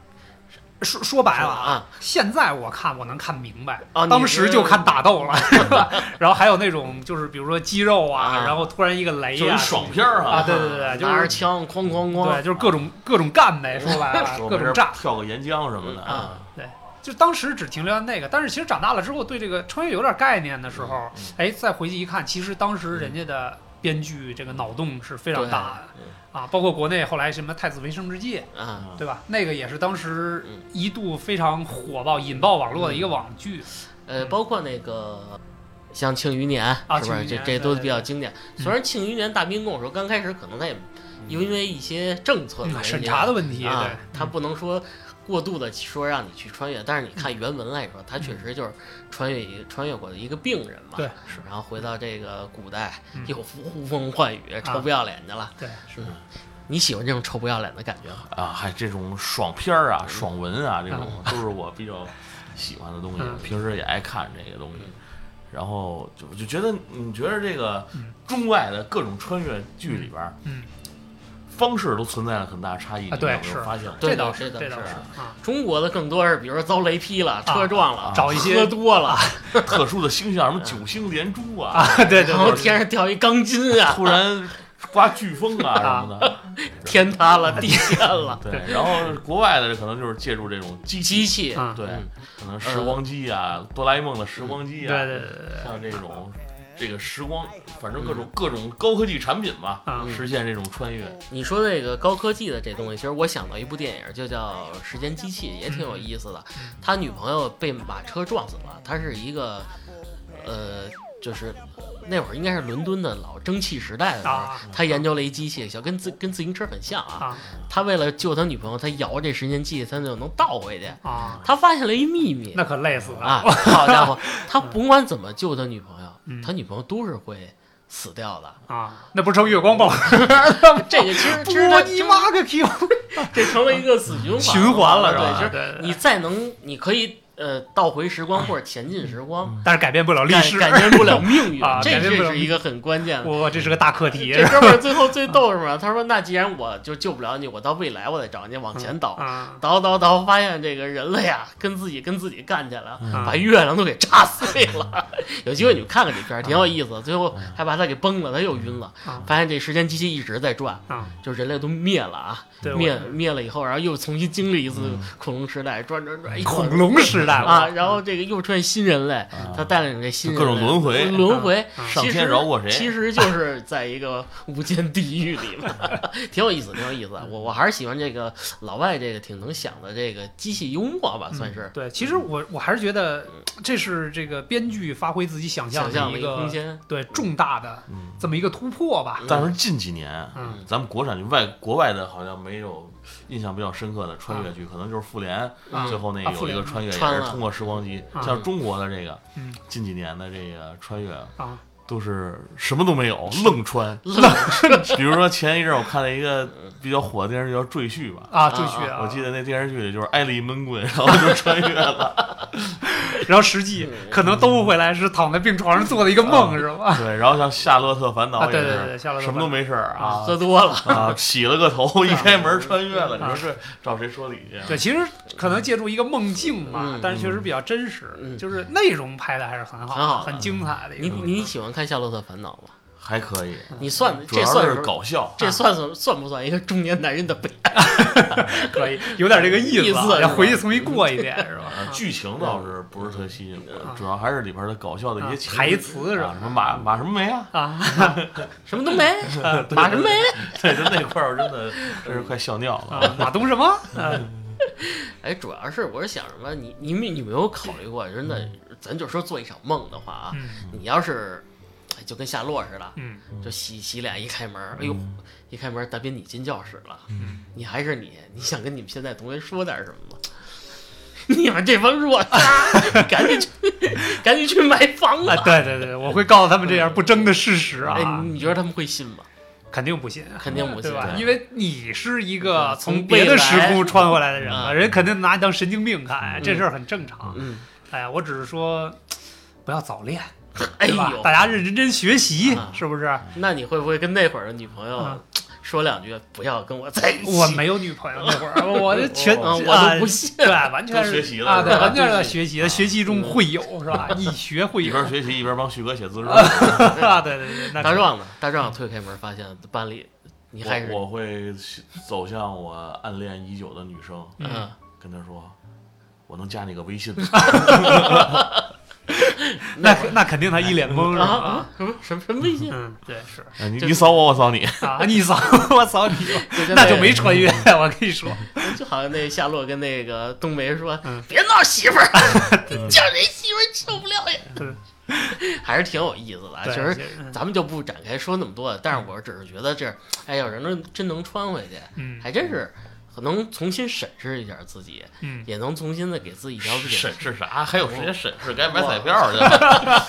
Speaker 2: 说说白了啊
Speaker 1: 是吧，
Speaker 2: 现在我看我能看明白，
Speaker 1: 啊你
Speaker 2: 当时就是看打斗了，是吧然后还有那种就是比如说肌肉啊，
Speaker 1: 啊
Speaker 2: 然后突然一个雷
Speaker 3: 就是
Speaker 2: 啊，
Speaker 3: 爽片儿
Speaker 2: 啊，
Speaker 3: 啊，
Speaker 2: 对对对对，就
Speaker 1: 拿着
Speaker 2: 是
Speaker 1: 枪哐哐
Speaker 2: 对，
Speaker 1: 哐，
Speaker 2: 就是各种各种干呗，说白了，
Speaker 3: [LAUGHS] 说
Speaker 2: 各
Speaker 3: 没事
Speaker 2: 种
Speaker 3: 儿
Speaker 2: 炸。
Speaker 3: 跳个岩浆什么的
Speaker 1: 嗯啊，
Speaker 2: 就当时只停留在那个，但是其实长大了之后，对这个穿越有点概念的时候，哎，再回去一看，其实当时人家的编剧这个脑洞是非常大的
Speaker 3: 对
Speaker 2: 啊，包括国内后来什么《太子妃升职记》，
Speaker 1: 啊，
Speaker 2: 对吧？那个也是当时
Speaker 1: 嗯
Speaker 2: 一度非常火爆、引爆网络的一个网剧。
Speaker 1: 呃，
Speaker 2: 嗯
Speaker 1: 包括那个像《庆余年》
Speaker 2: 啊
Speaker 1: 是不
Speaker 2: 庆
Speaker 1: 是？
Speaker 2: 余
Speaker 1: 这
Speaker 2: 年
Speaker 1: 这
Speaker 2: 对
Speaker 1: 都
Speaker 2: 对
Speaker 1: 比较经典。虽然《庆余年》大兵跟我说，刚开始可能他也因为因为一些政策的原因
Speaker 2: 嗯审查的问题，
Speaker 1: 啊
Speaker 2: 对，，嗯
Speaker 1: 他不能说过度的说让你去穿越，但是你看原文来说，他确实就是穿越一穿越过的一个病人嘛。
Speaker 2: 对，
Speaker 1: 是。然后回到这个古代
Speaker 2: 嗯，啊
Speaker 1: 又呼风唤雨、臭不要脸的了。
Speaker 2: 对，是
Speaker 1: 嗯你喜欢这种臭不要脸的感觉吗？
Speaker 3: 啊，还这种爽片儿啊、爽文啊，这种都是我比较喜欢的东西
Speaker 2: 嗯，
Speaker 3: 平时也爱看这个东西
Speaker 1: 嗯。
Speaker 3: 然后就就觉得，你觉得这个
Speaker 2: 嗯
Speaker 3: 中外的各种穿越剧里边儿，
Speaker 2: 嗯，
Speaker 3: 方式都存在了很大差异，
Speaker 2: 啊
Speaker 3: 你有没
Speaker 2: 对
Speaker 3: 有
Speaker 2: 是
Speaker 3: 发现过？ [LAUGHS]
Speaker 1: 对
Speaker 2: 这倒
Speaker 1: 对
Speaker 2: 是，
Speaker 1: 这倒
Speaker 2: 这倒
Speaker 1: 是
Speaker 2: 是啊， [LAUGHS]
Speaker 1: 中国的更多是，比如说遭雷劈了、车撞了、
Speaker 2: 找一些
Speaker 1: 喝多了，
Speaker 3: 特殊的星象，什么九星连珠啊，
Speaker 2: 啊，对对
Speaker 1: 然后 [LAUGHS]
Speaker 2: 对，
Speaker 1: 天上掉一钢筋啊，
Speaker 3: [LAUGHS] 突然刮飓风啊什么的，
Speaker 1: 天塌了，地陷
Speaker 2: [LAUGHS]
Speaker 1: 了，
Speaker 3: 对。然后国外的可能就是借助这种机
Speaker 1: 机
Speaker 3: 器，
Speaker 1: 器，
Speaker 2: 啊，
Speaker 3: 对
Speaker 1: 嗯，
Speaker 3: 可能时光机啊，哆啦 A 梦的时光机
Speaker 2: 对
Speaker 3: 啊，
Speaker 2: 嗯对对对对。嗯
Speaker 3: 像这种这个时光，反正各种、各种高科技产品吧，
Speaker 2: 啊嗯
Speaker 3: 实现这种穿越。
Speaker 1: 你说这个高科技的这东西，其实我想到一部电影，就叫《时间机器》，也挺有意思的。
Speaker 2: 嗯
Speaker 1: 他女朋友被马车撞死了，他是一个，呃，就是那会儿应该是伦敦的老蒸汽时代的时候，
Speaker 2: 啊
Speaker 1: 他研究了一机器，小跟自跟自行车很像啊。
Speaker 2: 啊
Speaker 1: 他为了救他女朋友，他摇这时间机，他就能倒回去。
Speaker 2: 啊！
Speaker 1: 他发现了一秘密，
Speaker 2: 那可累死了
Speaker 1: 啊，！好家
Speaker 2: [LAUGHS]
Speaker 1: 伙，他甭管怎么救他女朋友，
Speaker 2: 嗯
Speaker 1: 他女朋友都是会死掉的。
Speaker 2: 啊，那不成月光宝嗯
Speaker 1: 这个其实
Speaker 2: [LAUGHS]
Speaker 1: 其实他
Speaker 2: 我你妈个 Q
Speaker 1: 这成了一个死循环
Speaker 2: 循环了是吧？
Speaker 1: 对，
Speaker 2: 对
Speaker 1: 就是你再能，你可以呃倒回时光或者前进时光，
Speaker 2: 但是改变不嗯了历
Speaker 1: 改
Speaker 2: 史。
Speaker 1: 改变不了命运
Speaker 2: [LAUGHS] 啊，
Speaker 1: 这
Speaker 2: 改变不
Speaker 1: 这
Speaker 2: 了
Speaker 1: 是一个很关键的。
Speaker 2: 我这是个大课题， [LAUGHS] 啊
Speaker 1: 这哥们儿最后最逗是什么？他说：“那既然我就救不了你，我到未来我得找你往前倒，
Speaker 2: 啊
Speaker 1: 倒倒倒，发现这个人类啊，跟自己跟自己干起来了，
Speaker 2: 啊
Speaker 1: 把月亮都给炸碎了。 [LAUGHS] 有机会你去看看这片儿，挺
Speaker 2: 嗯
Speaker 1: 有意思的。最后还把他给崩了，他又晕了
Speaker 2: 啊，
Speaker 1: 发现这时间机器一直在转，
Speaker 2: 啊！
Speaker 1: 就是人类都灭了啊，
Speaker 2: 对，我嗯
Speaker 1: 灭灭了以后，然后又重新经历一次恐龙时代，转转转，一晃
Speaker 2: 恐龙时代
Speaker 1: 啊，
Speaker 2: 了
Speaker 1: 然后这个又出现新人类，他带领这新人类
Speaker 3: 啊各种轮回
Speaker 1: 轮回
Speaker 2: 啊啊
Speaker 1: 其实
Speaker 3: 上天饶过谁
Speaker 1: 其实就是在一个无间地狱里面， [LAUGHS] 挺有意思，挺有意思。
Speaker 2: 嗯
Speaker 1: 我我还是喜欢这个老外这个挺能想的这个机器幽默
Speaker 2: 嗯
Speaker 1: 吧，算是
Speaker 2: 对，其实我我还是觉得这是这个编剧发挥自己想象
Speaker 1: 想象
Speaker 2: 的
Speaker 1: 的
Speaker 2: 一
Speaker 1: 一个
Speaker 2: 个
Speaker 1: 空间。
Speaker 2: 对重大的
Speaker 3: 嗯，
Speaker 2: 这么一个突破吧。
Speaker 3: 但是近几年，
Speaker 2: 嗯
Speaker 3: 咱们国产剧外国外的好像没有印象比较深刻的穿越剧，可能就是复联
Speaker 1: 嗯
Speaker 2: 啊
Speaker 3: 最后那
Speaker 2: 嗯啊复
Speaker 3: 有一
Speaker 2: 联
Speaker 3: 个穿越也
Speaker 1: 穿
Speaker 3: 是
Speaker 1: 了
Speaker 3: 通过时光机，
Speaker 2: 啊
Speaker 3: 像中国的这个
Speaker 2: 嗯
Speaker 3: 近几年的这个穿越
Speaker 2: 啊
Speaker 3: 都是什么都没有，愣穿。比如说前一阵儿我看了一个比较火的电视剧叫《赘婿》吧，
Speaker 2: 啊，赘婿啊，
Speaker 3: [LAUGHS] 我记得那电视剧里就是艾丽闷棍，然后就穿越了，
Speaker 2: 然后实际可能兜回来是躺在病床上做的一个梦，
Speaker 3: 嗯
Speaker 2: 是吧？
Speaker 3: [LAUGHS] 对，然后像《夏洛特
Speaker 1: 嗯
Speaker 3: 烦恼
Speaker 2: 啊，》
Speaker 3: 也
Speaker 2: 对
Speaker 3: 是，
Speaker 2: 对对，夏洛特
Speaker 3: 什么都没事儿啊
Speaker 1: 喝多了，
Speaker 3: 啊， [LAUGHS] 洗了个头，一开门穿越了，你
Speaker 2: 啊
Speaker 3: 说这找谁说理去啊？
Speaker 2: 对，其实可能借助一个梦境吧，
Speaker 1: 嗯
Speaker 2: 但是确实比较真实，
Speaker 1: 嗯
Speaker 2: 就是内容拍的还是很好，
Speaker 1: 很好的
Speaker 2: 精彩的一
Speaker 1: 你
Speaker 2: 个。
Speaker 1: 你喜欢看《夏洛特烦恼》吗？
Speaker 3: 还可以，
Speaker 1: 你算
Speaker 3: 主
Speaker 1: 这
Speaker 3: 要
Speaker 1: 算
Speaker 3: 是
Speaker 1: 是
Speaker 3: 搞笑。
Speaker 1: 这算算算不算一个中年男人的悲哀？
Speaker 2: 可以有点这个意
Speaker 1: 意
Speaker 2: 思
Speaker 1: 思
Speaker 2: 啊，
Speaker 1: 是
Speaker 2: 要
Speaker 1: 吧
Speaker 2: 回去重新过一遍，是吧？
Speaker 3: 啊，剧情倒是不是特吸引
Speaker 2: 啊
Speaker 3: 我，主要还是里边的搞笑的一些情
Speaker 2: 啊台词是吧
Speaker 3: 啊什么马马什么
Speaker 2: [LAUGHS]
Speaker 3: 梅啊，
Speaker 2: 啊，
Speaker 1: 什么都 [LAUGHS] 没，马什么没？啊
Speaker 3: [LAUGHS] 对，就那块儿真的真是快笑尿了。
Speaker 2: 啊马东什么？嗯
Speaker 1: 哎，主要是我是想什么？你你们你没有考虑过，真的，咱就说做一场梦的话啊，
Speaker 2: 嗯
Speaker 1: 你要是哎就跟夏洛似的，
Speaker 2: 嗯
Speaker 1: 就洗洗脸一开门，哎呦，一开门大斌你进教室了，
Speaker 2: 嗯
Speaker 1: 你还是你，你想跟你们现在同学说点什么吗？ [LAUGHS] 你们这帮弱渣， [LAUGHS] 赶紧去，赶紧去买房
Speaker 2: 啊，
Speaker 1: 吧！
Speaker 2: 对对对，我会告诉他们这样不争的事实
Speaker 1: 哎，
Speaker 2: 啊，
Speaker 1: 你觉得他们会信吗？
Speaker 2: 肯定不信。啊
Speaker 1: 肯定不
Speaker 2: 对
Speaker 1: 信。
Speaker 2: 吧？
Speaker 3: 对
Speaker 2: 因为你是一个
Speaker 1: 从
Speaker 2: 从别的
Speaker 1: 未
Speaker 2: 时
Speaker 1: 来
Speaker 2: 空穿回来的人了，
Speaker 1: 嗯
Speaker 2: 人肯定拿你当神经病看，这
Speaker 1: 嗯
Speaker 2: 事儿很正常。
Speaker 1: 嗯，
Speaker 2: 哎呀，我只是说，不要早恋，
Speaker 1: 哎
Speaker 2: 对吧？
Speaker 1: 呦
Speaker 2: 大，家认认真学习，
Speaker 1: 啊
Speaker 2: 是不是？
Speaker 1: 那你会不会跟那会儿的女朋友
Speaker 2: 啊
Speaker 1: 说两句，不要跟我在一起？
Speaker 2: 我没有女朋友那会儿，我这全
Speaker 1: 啊，
Speaker 2: 啊，
Speaker 1: 我都不信。
Speaker 2: 对，完全
Speaker 3: 都
Speaker 2: 是
Speaker 3: 学习了
Speaker 2: 啊，对，
Speaker 3: 是吧
Speaker 2: 完全是在学习，学习中会友
Speaker 1: 嗯
Speaker 2: 是
Speaker 1: [LAUGHS]
Speaker 2: 吧？以学会
Speaker 3: 一
Speaker 2: 友
Speaker 3: 边学习一边帮旭哥写自述，
Speaker 2: 啊，对对对，那
Speaker 1: 大
Speaker 2: 是
Speaker 1: 壮呢？大壮推开门发现班里你还是
Speaker 3: 我我会走向我暗恋已久的女生，
Speaker 1: 嗯，
Speaker 3: 跟她说，我能加你个微信吗？
Speaker 2: 那
Speaker 1: 会儿
Speaker 2: 那肯定他一脸懵是
Speaker 1: 啊
Speaker 2: 吧？
Speaker 1: 啊什么什么什么
Speaker 2: [LAUGHS]
Speaker 1: 微信？
Speaker 2: 嗯，对，是
Speaker 3: 哎你
Speaker 1: 就
Speaker 3: 你扫我，我扫你。
Speaker 2: 啊， [LAUGHS] 你扫我扫你，
Speaker 1: 跟
Speaker 2: 那就没穿越，我跟你说，
Speaker 1: 就好像那夏洛跟那个冬梅说
Speaker 2: 嗯：“
Speaker 1: 别闹媳妇儿，叫人媳妇儿受不了呀。” [LAUGHS] 还是挺有意思的啊，
Speaker 2: 对
Speaker 1: 其实
Speaker 2: 嗯
Speaker 1: 咱们就不展开说那么多，但是我只是觉得这，哎，要人能真能穿回去，
Speaker 2: 嗯
Speaker 1: 还真是能重新审视一下自己，
Speaker 2: 嗯，
Speaker 1: 也能重新的给自己一条路。
Speaker 3: 审视啥？还有时间审视？该买彩票去了。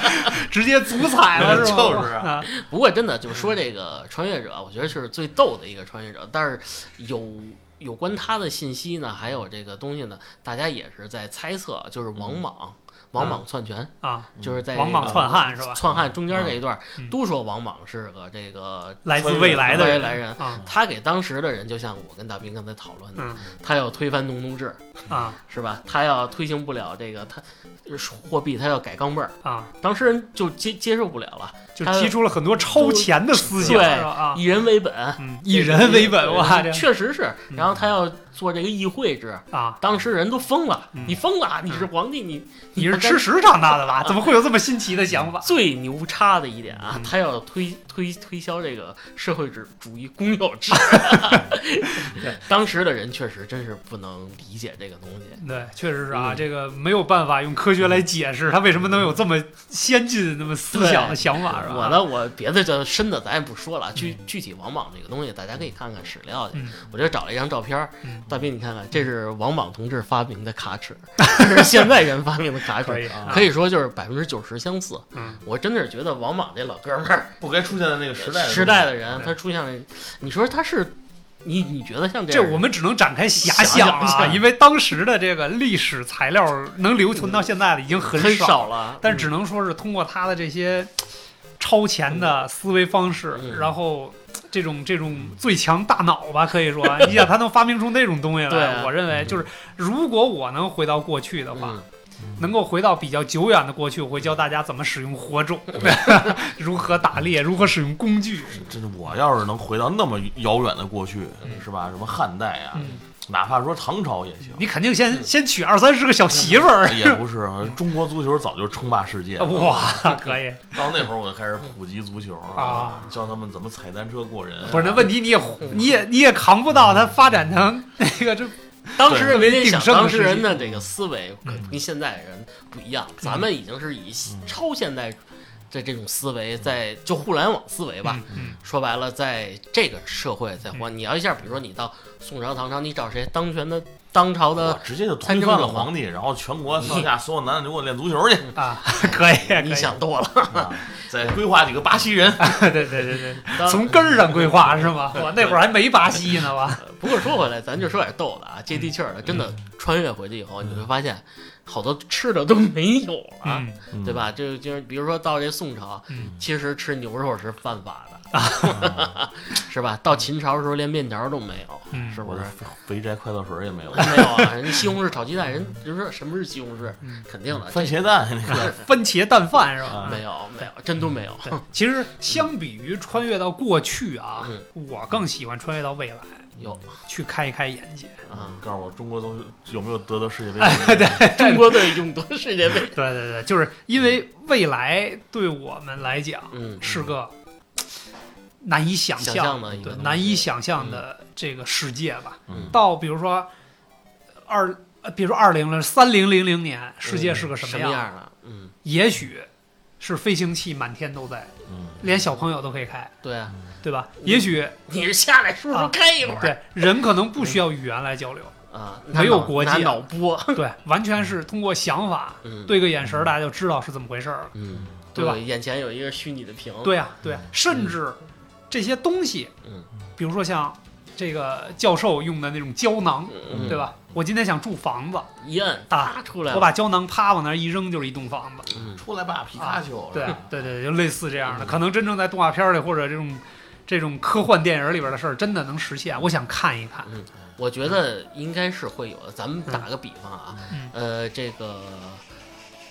Speaker 2: 直接足彩了
Speaker 3: [LAUGHS]
Speaker 1: [LAUGHS]
Speaker 2: 是吧？
Speaker 3: 就是啊
Speaker 2: 啊，
Speaker 1: 不过真的就是说这个穿越者，我觉得是最逗的一个穿越者，但是有。有关他的信息呢，还有这个东西呢，大家也是在猜测，就是王莽，王莽篡权，
Speaker 2: 啊，
Speaker 3: 嗯
Speaker 1: 就是在
Speaker 2: 王莽篡汉是吧？
Speaker 1: 篡汉中间这一段
Speaker 2: 嗯，
Speaker 1: 都说王莽是个这个
Speaker 2: 来自未来的
Speaker 1: 未
Speaker 2: 人
Speaker 1: 来人，
Speaker 2: 啊，
Speaker 1: 他给当时的人，就像我跟大兵刚才讨论的，
Speaker 2: 嗯
Speaker 1: 他要推翻农奴制，
Speaker 2: 啊
Speaker 1: 是吧？他要推行不了这个他就是货币，他要改钢镚儿，
Speaker 2: 啊，
Speaker 1: 当时人就接接受不了了，
Speaker 2: 就
Speaker 1: 他
Speaker 2: 提出了很多超前的思想
Speaker 1: 对
Speaker 2: 是吧？啊，
Speaker 1: 以人为本，
Speaker 2: 嗯，以人为本哇，这
Speaker 1: 确实是。
Speaker 2: 嗯
Speaker 1: 然后他要做这个议会制，
Speaker 2: 啊，
Speaker 1: 当时人都疯了，
Speaker 2: 嗯
Speaker 1: 你疯了，你是皇帝，你
Speaker 2: 你是吃屎长大的吧？怎么会有这么新奇的想法？
Speaker 1: 最牛叉的一点啊
Speaker 2: 嗯，
Speaker 1: 他要推推推销这个社会主主义公有
Speaker 2: [LAUGHS]
Speaker 1: 制。当时的人确实真是不能理解这个东西。
Speaker 2: 对，确实是啊，
Speaker 1: 嗯
Speaker 2: 这个没有办法用科学来解释他为什么能有这么先进、那么思想的想法，是吧？
Speaker 1: 我呢，我别的就深的咱也不说了，具具体王莽这个东西，大家可以看看史料去。
Speaker 2: 嗯，
Speaker 1: 我这找了一张照片儿
Speaker 2: 嗯，
Speaker 1: 大斌你看看，这是王莽同志发明的卡
Speaker 2: [LAUGHS]
Speaker 1: 尺，这是现代人发明的卡
Speaker 2: 可
Speaker 1: 尺，
Speaker 2: 以啊，
Speaker 1: 可以说就是百分之九十相似。
Speaker 2: 嗯，
Speaker 1: 我真的是觉得王莽这老哥们
Speaker 2: [LAUGHS]
Speaker 1: 儿，
Speaker 3: 不该出现在那个时代的
Speaker 1: 时代的
Speaker 2: 对
Speaker 1: 人，他出现了，你说他是，你你觉得像
Speaker 2: 这
Speaker 1: 样
Speaker 2: 我们只能展开遐
Speaker 1: 遐
Speaker 2: 啊，
Speaker 1: 想
Speaker 2: 因为当时的这个历史材料能留存到现在的已经很
Speaker 1: 很
Speaker 2: 少了，
Speaker 1: 了，嗯
Speaker 2: 但只能说是通过他的这些超前的思维方式，
Speaker 1: 嗯
Speaker 2: 然后。这种这种最强大脑吧，可以说，你想他能发明出那种东西
Speaker 1: 对
Speaker 2: 来，
Speaker 1: 啊
Speaker 2: 我认为就是，如果我能回到过去的话，
Speaker 1: 嗯
Speaker 2: 能够回到比较久远的过去，我会教大家怎么使用火种，
Speaker 1: 嗯
Speaker 2: [LAUGHS] 如何打猎，如何使用工具。
Speaker 3: 真的，我要是能回到那么遥远的过去
Speaker 1: 嗯，
Speaker 3: 是吧？什么汉代啊，
Speaker 2: 嗯，
Speaker 3: 哪怕说唐朝也行。
Speaker 2: 你肯定
Speaker 1: 嗯
Speaker 2: 先先娶二三十个小媳妇儿，
Speaker 3: 也不是，啊中国足球早就称霸世界了。
Speaker 1: 嗯
Speaker 2: 哇，可以。
Speaker 3: 到那会儿我就开始普及足球
Speaker 2: 啊，
Speaker 3: 教他们怎么踩单车过人啊。
Speaker 2: 不是，那问题你也
Speaker 1: 嗯
Speaker 2: 你也你也扛不到它发展成那个这
Speaker 1: 当时人家想，
Speaker 2: 对
Speaker 1: 当时人的这个思维可
Speaker 2: 嗯
Speaker 1: 跟现在人不一样，咱们已经是以超现代的这种思维在，就互联网思维吧。
Speaker 2: 嗯
Speaker 1: 说白了，在这个社会在活，你要一下，比如说你到宋朝、唐朝，你找谁当权的当朝
Speaker 3: 我
Speaker 1: 的，
Speaker 3: 直接就
Speaker 1: 参
Speaker 3: 推
Speaker 1: 政
Speaker 3: 翻了
Speaker 1: 者嘛
Speaker 3: 皇帝，然后全国上下所有男的给我练足球去，
Speaker 2: 啊，可以，可以
Speaker 1: 你想多了。
Speaker 3: 啊再规划几个巴西人，
Speaker 2: [LAUGHS] 对对对对，
Speaker 1: 当
Speaker 2: 从根儿上规划是吗？我那会儿还没巴西呢吧？
Speaker 1: 不过说回来，
Speaker 2: 嗯
Speaker 1: 咱就说点逗的啊，接地气儿的。真的穿越回去以后，你会发现好多吃的都没有了，
Speaker 2: [LAUGHS]
Speaker 1: [LAUGHS]
Speaker 2: 嗯，
Speaker 1: 对？吧？就就是比如说到这宋朝
Speaker 2: 嗯，啊
Speaker 1: 其实吃牛肉是犯法的， [LAUGHS] 是吧？到秦朝的时候连面条都没有，
Speaker 2: 嗯
Speaker 1: 是不
Speaker 3: 我
Speaker 1: 是
Speaker 3: 这？肥宅快乐水也没有，
Speaker 2: 哎
Speaker 1: 没有啊，人西红柿炒鸡蛋，人就说什么是西红柿
Speaker 2: 嗯，
Speaker 1: 肯定的，
Speaker 3: 番茄蛋那个，
Speaker 2: 番茄蛋饭是吧？
Speaker 3: 啊
Speaker 1: 没有没有，真都没有。
Speaker 2: [LAUGHS] 对，其实相比于穿越到过去啊，我更喜欢穿越到未来，
Speaker 1: 有 [LAUGHS]
Speaker 2: 去开一开眼界。
Speaker 1: 啊，
Speaker 3: [LAUGHS] 告诉我中国都有没有得到世界杯？
Speaker 2: 哎
Speaker 1: 中国队勇夺世界杯，
Speaker 2: 对对对，就是因为未来对我们来讲
Speaker 1: 嗯，
Speaker 2: 是个难以想
Speaker 1: 想
Speaker 2: 象
Speaker 1: 象的一个
Speaker 2: 对
Speaker 1: 东西
Speaker 2: 难以想象的这个世界吧。
Speaker 3: 嗯
Speaker 2: 到比如说二，呃比如说二零零三零零零年，世界是个
Speaker 1: 什
Speaker 2: 什么
Speaker 1: 样
Speaker 2: 样？
Speaker 1: 啊？嗯，
Speaker 2: 也许是飞行器满天都在，
Speaker 3: 嗯，
Speaker 2: 连小朋友都可以开，
Speaker 1: 对啊，
Speaker 2: 对吧？
Speaker 1: 嗯
Speaker 2: 也许
Speaker 1: 你是下来叔叔
Speaker 2: 啊
Speaker 1: 开一会儿
Speaker 2: 对人可能不需要语言来交流，
Speaker 1: 啊，
Speaker 2: 没有国
Speaker 1: 拿
Speaker 2: 界
Speaker 1: 脑波，
Speaker 2: 对，完全是通过想法，
Speaker 1: 嗯，，
Speaker 2: 对个眼神儿，大家就知道是怎么回事儿了。
Speaker 1: 嗯，
Speaker 2: 对吧
Speaker 1: 眼前有一个虚拟的屏，，
Speaker 2: 对啊，对啊，甚至这些东西，
Speaker 1: 哦嗯，
Speaker 2: 比如说像这个教授用的那种胶囊，
Speaker 1: 嗯，
Speaker 2: 对吧？我今天想住房子，
Speaker 1: 一摁，
Speaker 2: 啊
Speaker 1: 啪出来
Speaker 2: 我
Speaker 1: 了，
Speaker 2: 把胶囊啪往那儿一扔，就是一栋房子。
Speaker 1: 嗯，
Speaker 3: 出来吧，皮卡丘，
Speaker 2: 啊对
Speaker 3: 是吧
Speaker 1: [LAUGHS]
Speaker 2: 对对，就类似这样的，可能真正在动画片儿里或者这种这种科幻电影里边的事儿，真的能实现。我想看一看，
Speaker 1: 我觉得应该是会有的。咱们打个比方啊，
Speaker 2: 嗯
Speaker 1: 呃，这个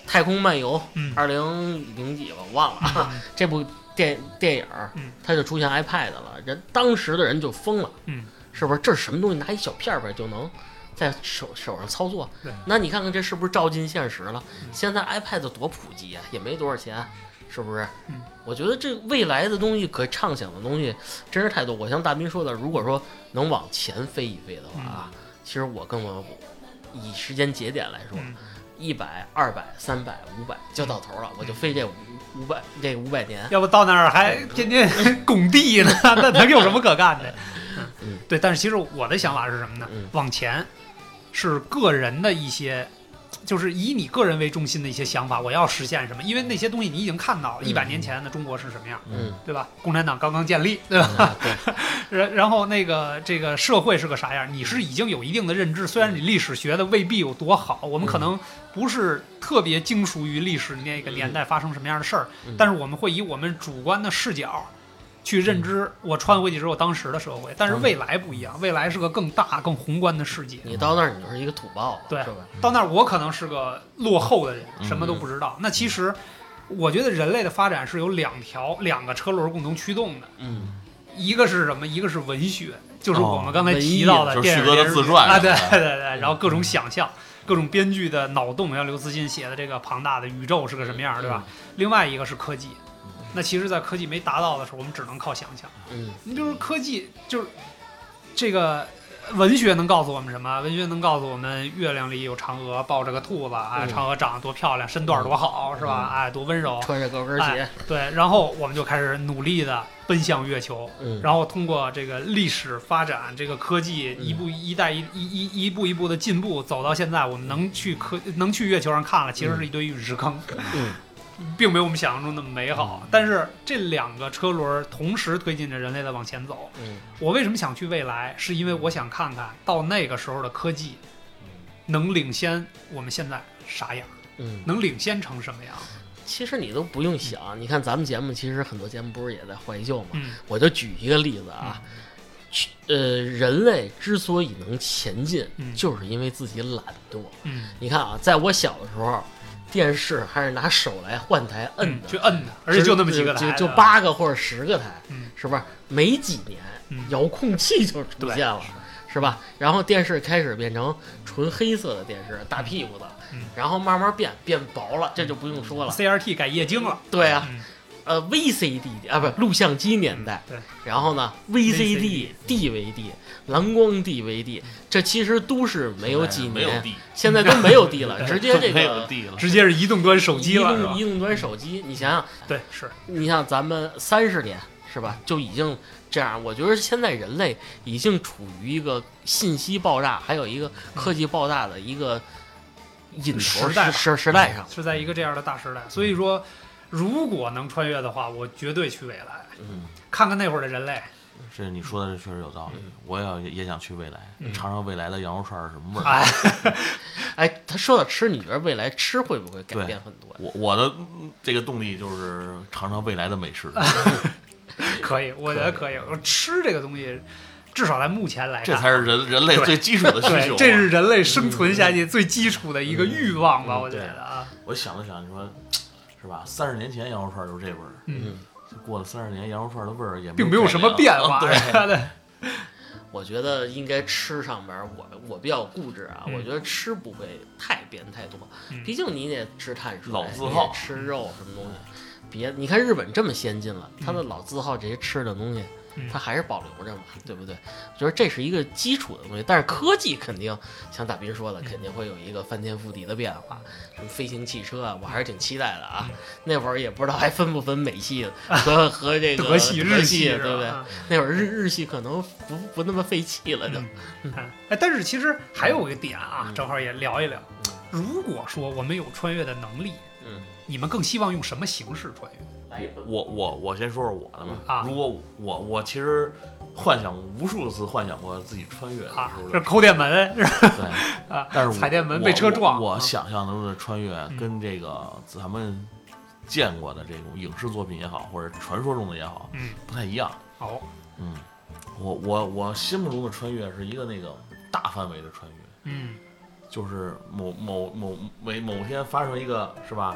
Speaker 1: 《太空漫游》
Speaker 2: 嗯
Speaker 1: 二零零几吧，我忘了啊， [LAUGHS] 这部电电影儿
Speaker 2: 嗯，
Speaker 1: 它就出现 iPad 了，人当时的人就疯了，
Speaker 2: 嗯，
Speaker 1: 是不是？这是什么东西？拿一小片儿片儿就能。在手手上操作
Speaker 2: 对，嗯
Speaker 1: 那你看看这是不是照进现实了？现在 iPad 多普及啊，也没多少钱，是不是？
Speaker 2: 嗯
Speaker 1: 我觉得这未来的东西可畅想的东西真是太多。我像大斌说的，如果说能往前飞一飞的话啊，
Speaker 2: 嗯
Speaker 1: 其实我跟我以时间节点来说，
Speaker 2: 嗯
Speaker 1: 一百、二百、三百、五百就到头了，我就飞
Speaker 2: 嗯
Speaker 1: 这五五百这五百年。
Speaker 2: 要不到那儿还天
Speaker 1: [LAUGHS]
Speaker 2: 天拱地呢， [LAUGHS] 那能有什么可干的？
Speaker 1: 嗯
Speaker 2: 对，但是其实我的想法是什么呢
Speaker 1: 嗯？
Speaker 2: 往前是个人的一些，就是以你个人为中心的一些想法，我要实现什么？因为那些东西你已经看到了，
Speaker 1: 嗯
Speaker 2: 一百年前的中国是什么样，
Speaker 1: 嗯，
Speaker 2: 对吧？共产党刚刚建立，对吧？
Speaker 1: 啊对，
Speaker 2: [LAUGHS] 然然后那个这个社会是个啥样？你是已经有一定的认
Speaker 1: 嗯
Speaker 2: 知，虽然你历史学的未必有多好，我们可能不是特别精熟于历史那个年代发生什么样的事儿
Speaker 1: 嗯，
Speaker 2: 但是我们会以我们主观的视角去认
Speaker 1: 嗯
Speaker 2: 知我穿回去之后当时的社会。但是未来不一样，未来是个更大、更宏观的世界。
Speaker 1: 你到那儿你就是一个土包子，
Speaker 2: 对嗯
Speaker 1: 是吧？
Speaker 2: 到那儿我可能是个落后的人，
Speaker 3: 嗯
Speaker 2: 什么都不知道。那其实我觉得人类的发展是有两条两个车轮共同驱动的。
Speaker 1: 嗯，
Speaker 2: 一个是什么？一个是文学，就是我们刚才
Speaker 1: 哦
Speaker 2: 提到
Speaker 3: 就
Speaker 2: 的
Speaker 3: 是
Speaker 2: 电
Speaker 3: 旭
Speaker 2: 影
Speaker 3: 哥的
Speaker 2: 电视
Speaker 3: 自传
Speaker 2: 啊，
Speaker 3: 是
Speaker 2: 对
Speaker 3: 吧嗯
Speaker 2: 对对，然后各种想象，各种编剧的脑洞，像刘慈欣写的这个庞大的宇宙是个什么样，对
Speaker 3: 嗯
Speaker 2: 吧？另外一个是科技，那其实，在科技没达到的时候，我们只能靠想象。
Speaker 1: 嗯？
Speaker 2: 你就是科技，就是这个文学能告诉我们什么？文学能告诉我们月亮里有嫦娥抱着个兔子啊，
Speaker 1: 嗯
Speaker 2: 嫦娥长得多漂亮，身段多好，是吧？哎，多温柔
Speaker 1: 嗯，。穿着高跟鞋，
Speaker 2: 对，然后我们就开始努力的奔向月球，
Speaker 1: 嗯，
Speaker 2: 然后通过这个历史发展，这个科技
Speaker 1: 嗯
Speaker 2: 一步一代一一一一步一步的进步，走到现在，我们能去科能去月球上看了，其实是一堆陨石坑，
Speaker 1: 嗯
Speaker 2: [LAUGHS] 并没有我们想象中那么美好。但是这两个车轮同时推进着人类的往前走。
Speaker 1: 嗯
Speaker 2: 我为什么想去未来？是因为我想看看到那个时候的科技能领先我们现在啥样，
Speaker 1: 嗯。
Speaker 2: 能领先成什么样。
Speaker 1: 其实你都不用想，你看咱们节目，其实很多节目不是也在怀旧吗？
Speaker 2: 嗯
Speaker 1: 我就举一个例子啊，去呃，人类之所以能前进，
Speaker 2: 嗯
Speaker 1: 就是因为自己懒惰。
Speaker 2: 嗯。
Speaker 1: 你看啊，在我小的时候，电视还是拿手来换台摁
Speaker 2: 摁
Speaker 1: 的，
Speaker 2: 去摁的，而且嗯就那么几个
Speaker 1: 就
Speaker 2: 台，啊
Speaker 1: 就八个或者十个台，
Speaker 2: 嗯
Speaker 1: 是不是？没几年，
Speaker 2: 嗯
Speaker 1: 遥控器就出现了
Speaker 2: 对。
Speaker 1: 是吧？然后电视开始变成纯黑色的电视，大屁股的，
Speaker 2: 嗯
Speaker 1: 然后慢慢变变薄了，这就不用说了。
Speaker 2: CRT 改液晶了，
Speaker 1: 对啊，
Speaker 2: 嗯
Speaker 1: 呃 VCD 啊，不录像机年代，
Speaker 2: 对，
Speaker 1: 然后呢
Speaker 2: VCD
Speaker 1: VCD、DVD、蓝光 DVD，这其实都是没有几
Speaker 3: 没有
Speaker 1: 年，
Speaker 3: 地，
Speaker 1: 现在都没有地
Speaker 2: [LAUGHS]
Speaker 1: 了，直接这
Speaker 3: 没有
Speaker 1: 个
Speaker 3: 地了，
Speaker 2: 直接是移动端手机
Speaker 1: 移
Speaker 2: 了，是
Speaker 1: 动
Speaker 2: 吧？
Speaker 1: 移动端手机，你想想，
Speaker 2: 对，是，
Speaker 1: 你像咱们三十年是吧？就已经这样。我觉得现在人类已经处于一个信息爆炸，还有一个科技爆炸的一个引头
Speaker 2: 嗯时代吧嗯
Speaker 1: 时时代上。
Speaker 2: 是在一个这样的大时代。所以说，如果能穿越的话，我绝对去未来，
Speaker 3: 嗯，
Speaker 2: 看看那会儿的人类。
Speaker 3: 是你说的，确实有道理。我也要也想去未来，
Speaker 2: 嗯
Speaker 3: 尝尝未来的羊肉串是什么味儿。
Speaker 2: 哎，
Speaker 1: 哎，他说到吃，你觉得未来吃会不会改变很多？
Speaker 3: 我我的嗯这个动力就是尝尝未来的美食，
Speaker 2: 哎可以，我觉得可以。我吃这个东西，至少在目前来
Speaker 3: 这
Speaker 2: 看，
Speaker 3: 才是人人类
Speaker 2: 对
Speaker 3: 最基础的需
Speaker 2: [LAUGHS] 对，
Speaker 3: 求啊。
Speaker 2: 这是人类生存下去最基础的一个欲望吧？
Speaker 3: 嗯
Speaker 2: 我觉得啊，
Speaker 3: 我想了想，你说是吧？三十年前羊肉串就是这味儿，
Speaker 2: 嗯，
Speaker 3: 过了三十年，羊肉串的味儿也
Speaker 2: 并没有什么变
Speaker 3: 变
Speaker 2: 化。
Speaker 3: 啊
Speaker 2: [LAUGHS]
Speaker 3: 对，
Speaker 2: 对，
Speaker 1: 我觉得应该吃上面，我我比较固执啊，
Speaker 2: 嗯
Speaker 1: 我觉得吃不会太变太多，
Speaker 2: 嗯
Speaker 1: 毕竟你得吃碳水，
Speaker 3: 老字
Speaker 1: 你得
Speaker 3: 号
Speaker 1: 吃肉什么东西。别，你看日本这么先进了，它的老字号这些吃的东西
Speaker 2: 嗯，
Speaker 1: 它还是保留着嘛，对不对？我觉得这是一个基础的东西，但是科技肯定像大斌说
Speaker 2: 嗯
Speaker 1: 的，肯定会有一个翻天覆地的变化，什么飞行汽车啊，我还是挺期待的
Speaker 2: 嗯
Speaker 1: 啊。那会儿也不知道还分不分美系和和这个
Speaker 2: 啊德系、日
Speaker 1: 系，
Speaker 2: 是
Speaker 1: 对不对？
Speaker 2: 吧？
Speaker 1: [LAUGHS] 那会儿日日系可能不不那么费气了，就
Speaker 2: 嗯嗯哎，但是其实还有一个点啊，
Speaker 1: 嗯
Speaker 2: 正好也聊一聊。如果说我们有穿越的能力，
Speaker 1: 嗯，
Speaker 2: 你们更希望用什么形式穿越？
Speaker 1: 来一个
Speaker 3: 我我我先说说我的吧。
Speaker 2: 啊
Speaker 3: 如果我我其实幻想无数次幻想过自己穿越的
Speaker 2: 啊 [LAUGHS]
Speaker 3: 时，候
Speaker 2: 这
Speaker 3: 的，
Speaker 2: 抠电门是吧？
Speaker 3: 对，
Speaker 2: 啊，
Speaker 3: 但是我
Speaker 2: 踩电门
Speaker 3: 我
Speaker 2: 被车撞嗯
Speaker 3: 我我
Speaker 2: 啊
Speaker 3: 想象中的穿越跟这个咱们见过的这种影视作品也好，或者传说中的也好，
Speaker 2: 嗯，
Speaker 3: 不太一样。
Speaker 2: 哦，
Speaker 3: 嗯，我我我心目中的穿越是一个那个大范围的穿越，
Speaker 2: 嗯，
Speaker 3: 就是某某某每某天发生一个是吧？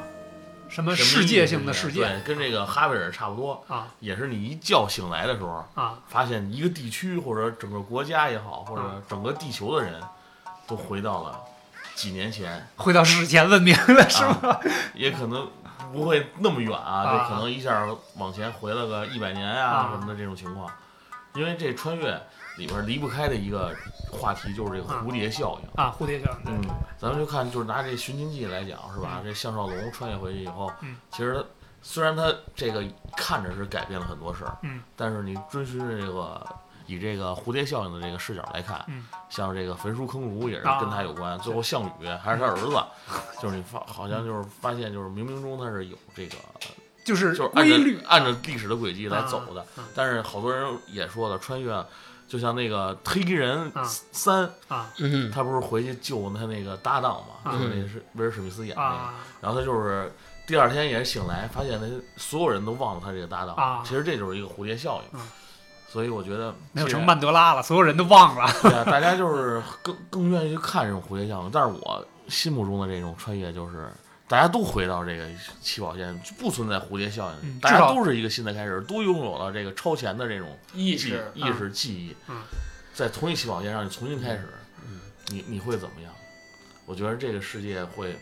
Speaker 2: 什么
Speaker 3: 神秘
Speaker 2: 世界性的事
Speaker 3: 事
Speaker 2: 件
Speaker 3: 件，对，跟这个哈维尔差不多，
Speaker 2: 啊
Speaker 3: 也是你一觉醒来的时候，
Speaker 2: 啊，
Speaker 3: 发现一个地区或者整个国家也好，或者整个地球的人都回到了几年前，
Speaker 2: 回到史前文明了是吗？
Speaker 3: 啊、也可能不会那么远啊，
Speaker 2: 啊
Speaker 3: 这可能一下往前回了个一百年啊
Speaker 2: 啊
Speaker 3: 什么的这种情况，因为这穿越里边离不开的一个话题就是这个蝴蝶效应。
Speaker 2: 啊，蝴蝶效应，对
Speaker 3: 嗯，咱们就看，就是拿这《寻秦记》来讲，是吧？这项少龙穿越回去以后，
Speaker 2: 嗯
Speaker 3: 其实他虽然他这个看着是改变了很多事儿，
Speaker 2: 嗯
Speaker 3: 但是你遵循着这个以这个蝴蝶效应的这个视角来看，
Speaker 2: 嗯
Speaker 3: 像这个焚书坑儒也是
Speaker 2: 啊
Speaker 3: 跟他有关，最后项羽还是他儿子，就是你发好像就是发现就是冥冥中他是有这个
Speaker 2: 嗯就是
Speaker 3: 就是按
Speaker 2: 规律
Speaker 3: 照按照历史的轨迹来走的，
Speaker 2: 啊
Speaker 3: 但是好多人也说了，穿越就像那个黑衣人
Speaker 2: 啊
Speaker 3: 三。
Speaker 2: 啊
Speaker 1: 嗯，
Speaker 3: 他不是回去救他那个搭档
Speaker 2: 啊
Speaker 3: 嘛，就是那是威尔史密斯演的那个，
Speaker 2: 啊
Speaker 3: 然后他就是第二天也是醒来，发现他所有人都忘了他这个搭档，
Speaker 2: 啊
Speaker 3: 其实这就是一个蝴蝶效应，
Speaker 2: 嗯
Speaker 3: 所以我觉得
Speaker 2: 没有
Speaker 3: 其实
Speaker 2: 成曼德拉了，所有人都忘了
Speaker 3: 对啊， [LAUGHS] 大家就是更更愿意去看这种蝴蝶效应，但是我心目中的这种穿越就是。大家都回到这个起跑线，就不存在蝴蝶效应，
Speaker 2: 嗯
Speaker 3: 大
Speaker 2: 至
Speaker 3: 家
Speaker 2: 少
Speaker 3: 都是一个新的开始，都拥有了这个超前的这种
Speaker 1: 意
Speaker 3: 记
Speaker 1: 识
Speaker 3: 意识、记忆
Speaker 2: 嗯，
Speaker 3: 在同一起跑线上你重新开始，
Speaker 1: 嗯
Speaker 3: 你你会怎么样？我觉得这个世界会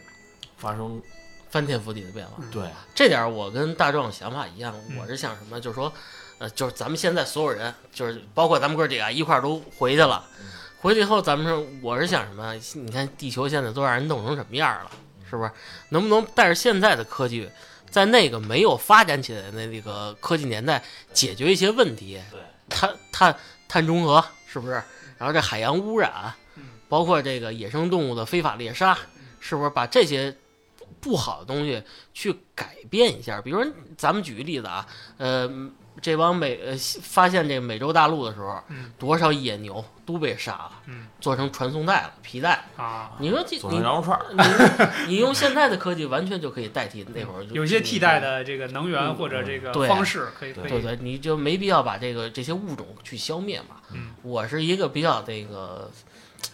Speaker 3: 发生
Speaker 1: 翻天覆地的变化。
Speaker 2: 嗯
Speaker 3: 对啊
Speaker 1: 这点儿我跟大壮想法一样，
Speaker 2: 嗯
Speaker 1: 我是想什么，就是说，呃，就是咱们现在所有人，就是包括咱们哥几个啊一块儿都回去了
Speaker 3: 嗯，
Speaker 1: 回去以后，咱们说，我是想什么？你看地球现在都让人弄成什么样儿了，是不是？能不能带着现在的科技，在那个没有发展起来的那个科技年代，解决一些问题？
Speaker 3: 对，
Speaker 1: 碳碳碳中和是不是？然后这海洋污染
Speaker 2: 嗯，
Speaker 1: 包括这个野生动物的非法猎杀，是不是把这些不不好的东西去改变一下？比如说，咱们举个例子啊，呃，这帮美呃西发现这个美洲大陆的时候
Speaker 2: 嗯，
Speaker 1: 多少野牛都被杀了
Speaker 2: 嗯，
Speaker 1: 做成传送带了、皮带了。
Speaker 2: 啊，
Speaker 1: 你说这
Speaker 3: 做
Speaker 1: 你
Speaker 3: 成羊肉串儿，
Speaker 1: 你用现在的科技完全就可以代替那会儿，
Speaker 2: 有一些替代。的这个能源或者这个
Speaker 1: 对
Speaker 2: 方式可以可
Speaker 3: 对
Speaker 1: 对
Speaker 2: 以
Speaker 1: 对，你就没必要把这个这些物种去消灭嘛。
Speaker 2: 嗯
Speaker 1: 我是一个比较这个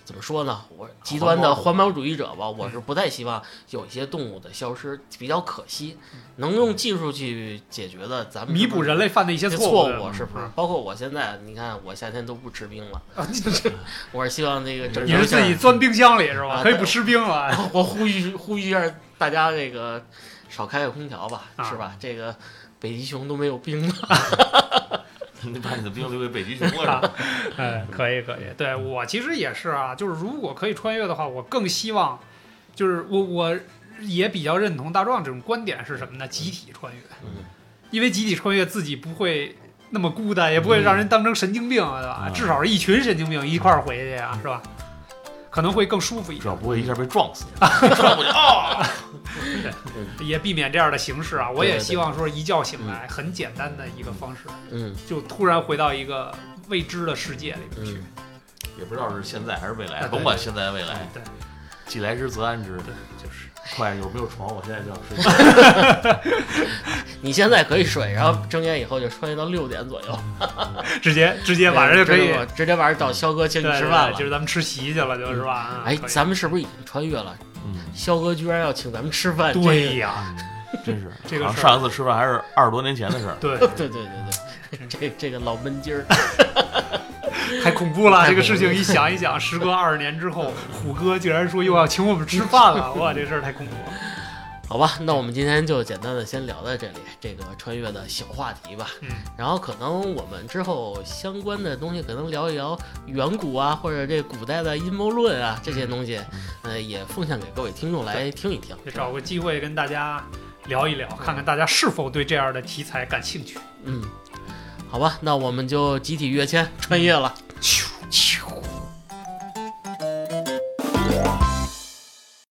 Speaker 1: 怎么说呢，
Speaker 2: 啊
Speaker 1: 我极端的环保主义者吧，
Speaker 2: 嗯
Speaker 1: 我是不太希望有一些动物的消失，比较可惜。能用技术去解决的，咱们
Speaker 2: 嗯弥补人类犯的一些
Speaker 1: 这
Speaker 2: 错
Speaker 1: 错
Speaker 2: 误
Speaker 1: 误，是不是
Speaker 2: 嗯？
Speaker 1: 包括我现在，你看我夏天都不吃冰了，
Speaker 2: [LAUGHS] 啊，你这
Speaker 1: 我是希望这个整
Speaker 2: 嗯你是自己钻冰箱里是吧？
Speaker 1: 啊
Speaker 2: 可以不吃冰了。
Speaker 1: [LAUGHS] 我呼吁呼吁一下大家，这个少开开空调吧，
Speaker 2: 啊
Speaker 1: 是吧？这个北极熊都没有冰了，
Speaker 3: 你把你的兵留给北极熊了。
Speaker 2: [LAUGHS] 哎，可以可以，对我其实也是啊，就是如果可以穿越的话，我更希望，就是我我也比较嗯认同大壮这种观点是什么呢？集体穿越，
Speaker 3: 嗯
Speaker 2: 因为集体穿越自己不会那么孤单，也不会让人当成神经病，啊，对吧？
Speaker 3: 嗯
Speaker 2: 至少是一群神经病一块儿回去啊，是吧？可能会更舒服一
Speaker 3: 主
Speaker 2: 点
Speaker 3: 要，不会一下被撞死，撞过去啊！
Speaker 2: 也避免这样的形式啊。我
Speaker 1: 对嗯
Speaker 2: 也
Speaker 1: 对
Speaker 2: 希望说一觉醒来，很简单的一个方式，
Speaker 1: 嗯，
Speaker 2: 就突然回到一个未知的世界里面去。
Speaker 1: 嗯
Speaker 3: 也不知道是现在还是未
Speaker 2: 啊对
Speaker 3: 来，甭管现在未
Speaker 1: 哎
Speaker 3: 来，
Speaker 2: 对，
Speaker 3: 既来之则安之。
Speaker 2: 对，就是
Speaker 3: 快，有没有床？我现在就想睡觉。
Speaker 1: 你现在可以睡，然后睁眼以后就穿越到六点左右，哎
Speaker 2: 直接直接晚上就可以
Speaker 1: 直接晚直接晚上找肖哥请
Speaker 2: 对
Speaker 1: 你
Speaker 2: 对
Speaker 1: 吃饭
Speaker 2: 对就是
Speaker 1: 了。
Speaker 2: 咱们吃席去了，就是吧？啊
Speaker 1: 哎，
Speaker 2: 可以
Speaker 1: 咱们是不是已经穿越了？
Speaker 3: 嗯，
Speaker 1: 肖哥居然要请咱们吃饭，
Speaker 2: 对呀、
Speaker 3: 真是。
Speaker 2: 这个
Speaker 3: 好像
Speaker 2: 事儿
Speaker 3: 上一次吃饭还是二十多年前的事儿。
Speaker 2: 对，
Speaker 1: [LAUGHS] 这个对对对对，这这个老闷筋儿，
Speaker 2: 太恐怖了！
Speaker 1: 太
Speaker 2: 这
Speaker 1: 恐怖
Speaker 2: 个
Speaker 1: 了
Speaker 2: 事情一想一想，时隔二十年之后，虎哥竟然说又要请我们吃
Speaker 1: [LAUGHS]
Speaker 2: 饭了，哇，这事儿太恐怖了。
Speaker 1: 好吧？那我们今天就简单的先聊到这里，这个穿越的小话题吧。
Speaker 2: 嗯，
Speaker 1: 然后可能我们之后相关的东西，可能聊一聊远古啊，或者这古代的阴谋论啊这些东西，
Speaker 2: 嗯
Speaker 1: 呃，也奉献给各位听众来听一听。
Speaker 2: 也找个机会跟大家聊一聊，看看大家是否对这样的题材感兴趣。
Speaker 1: 嗯，好吧，那我们就集体跃迁穿越了。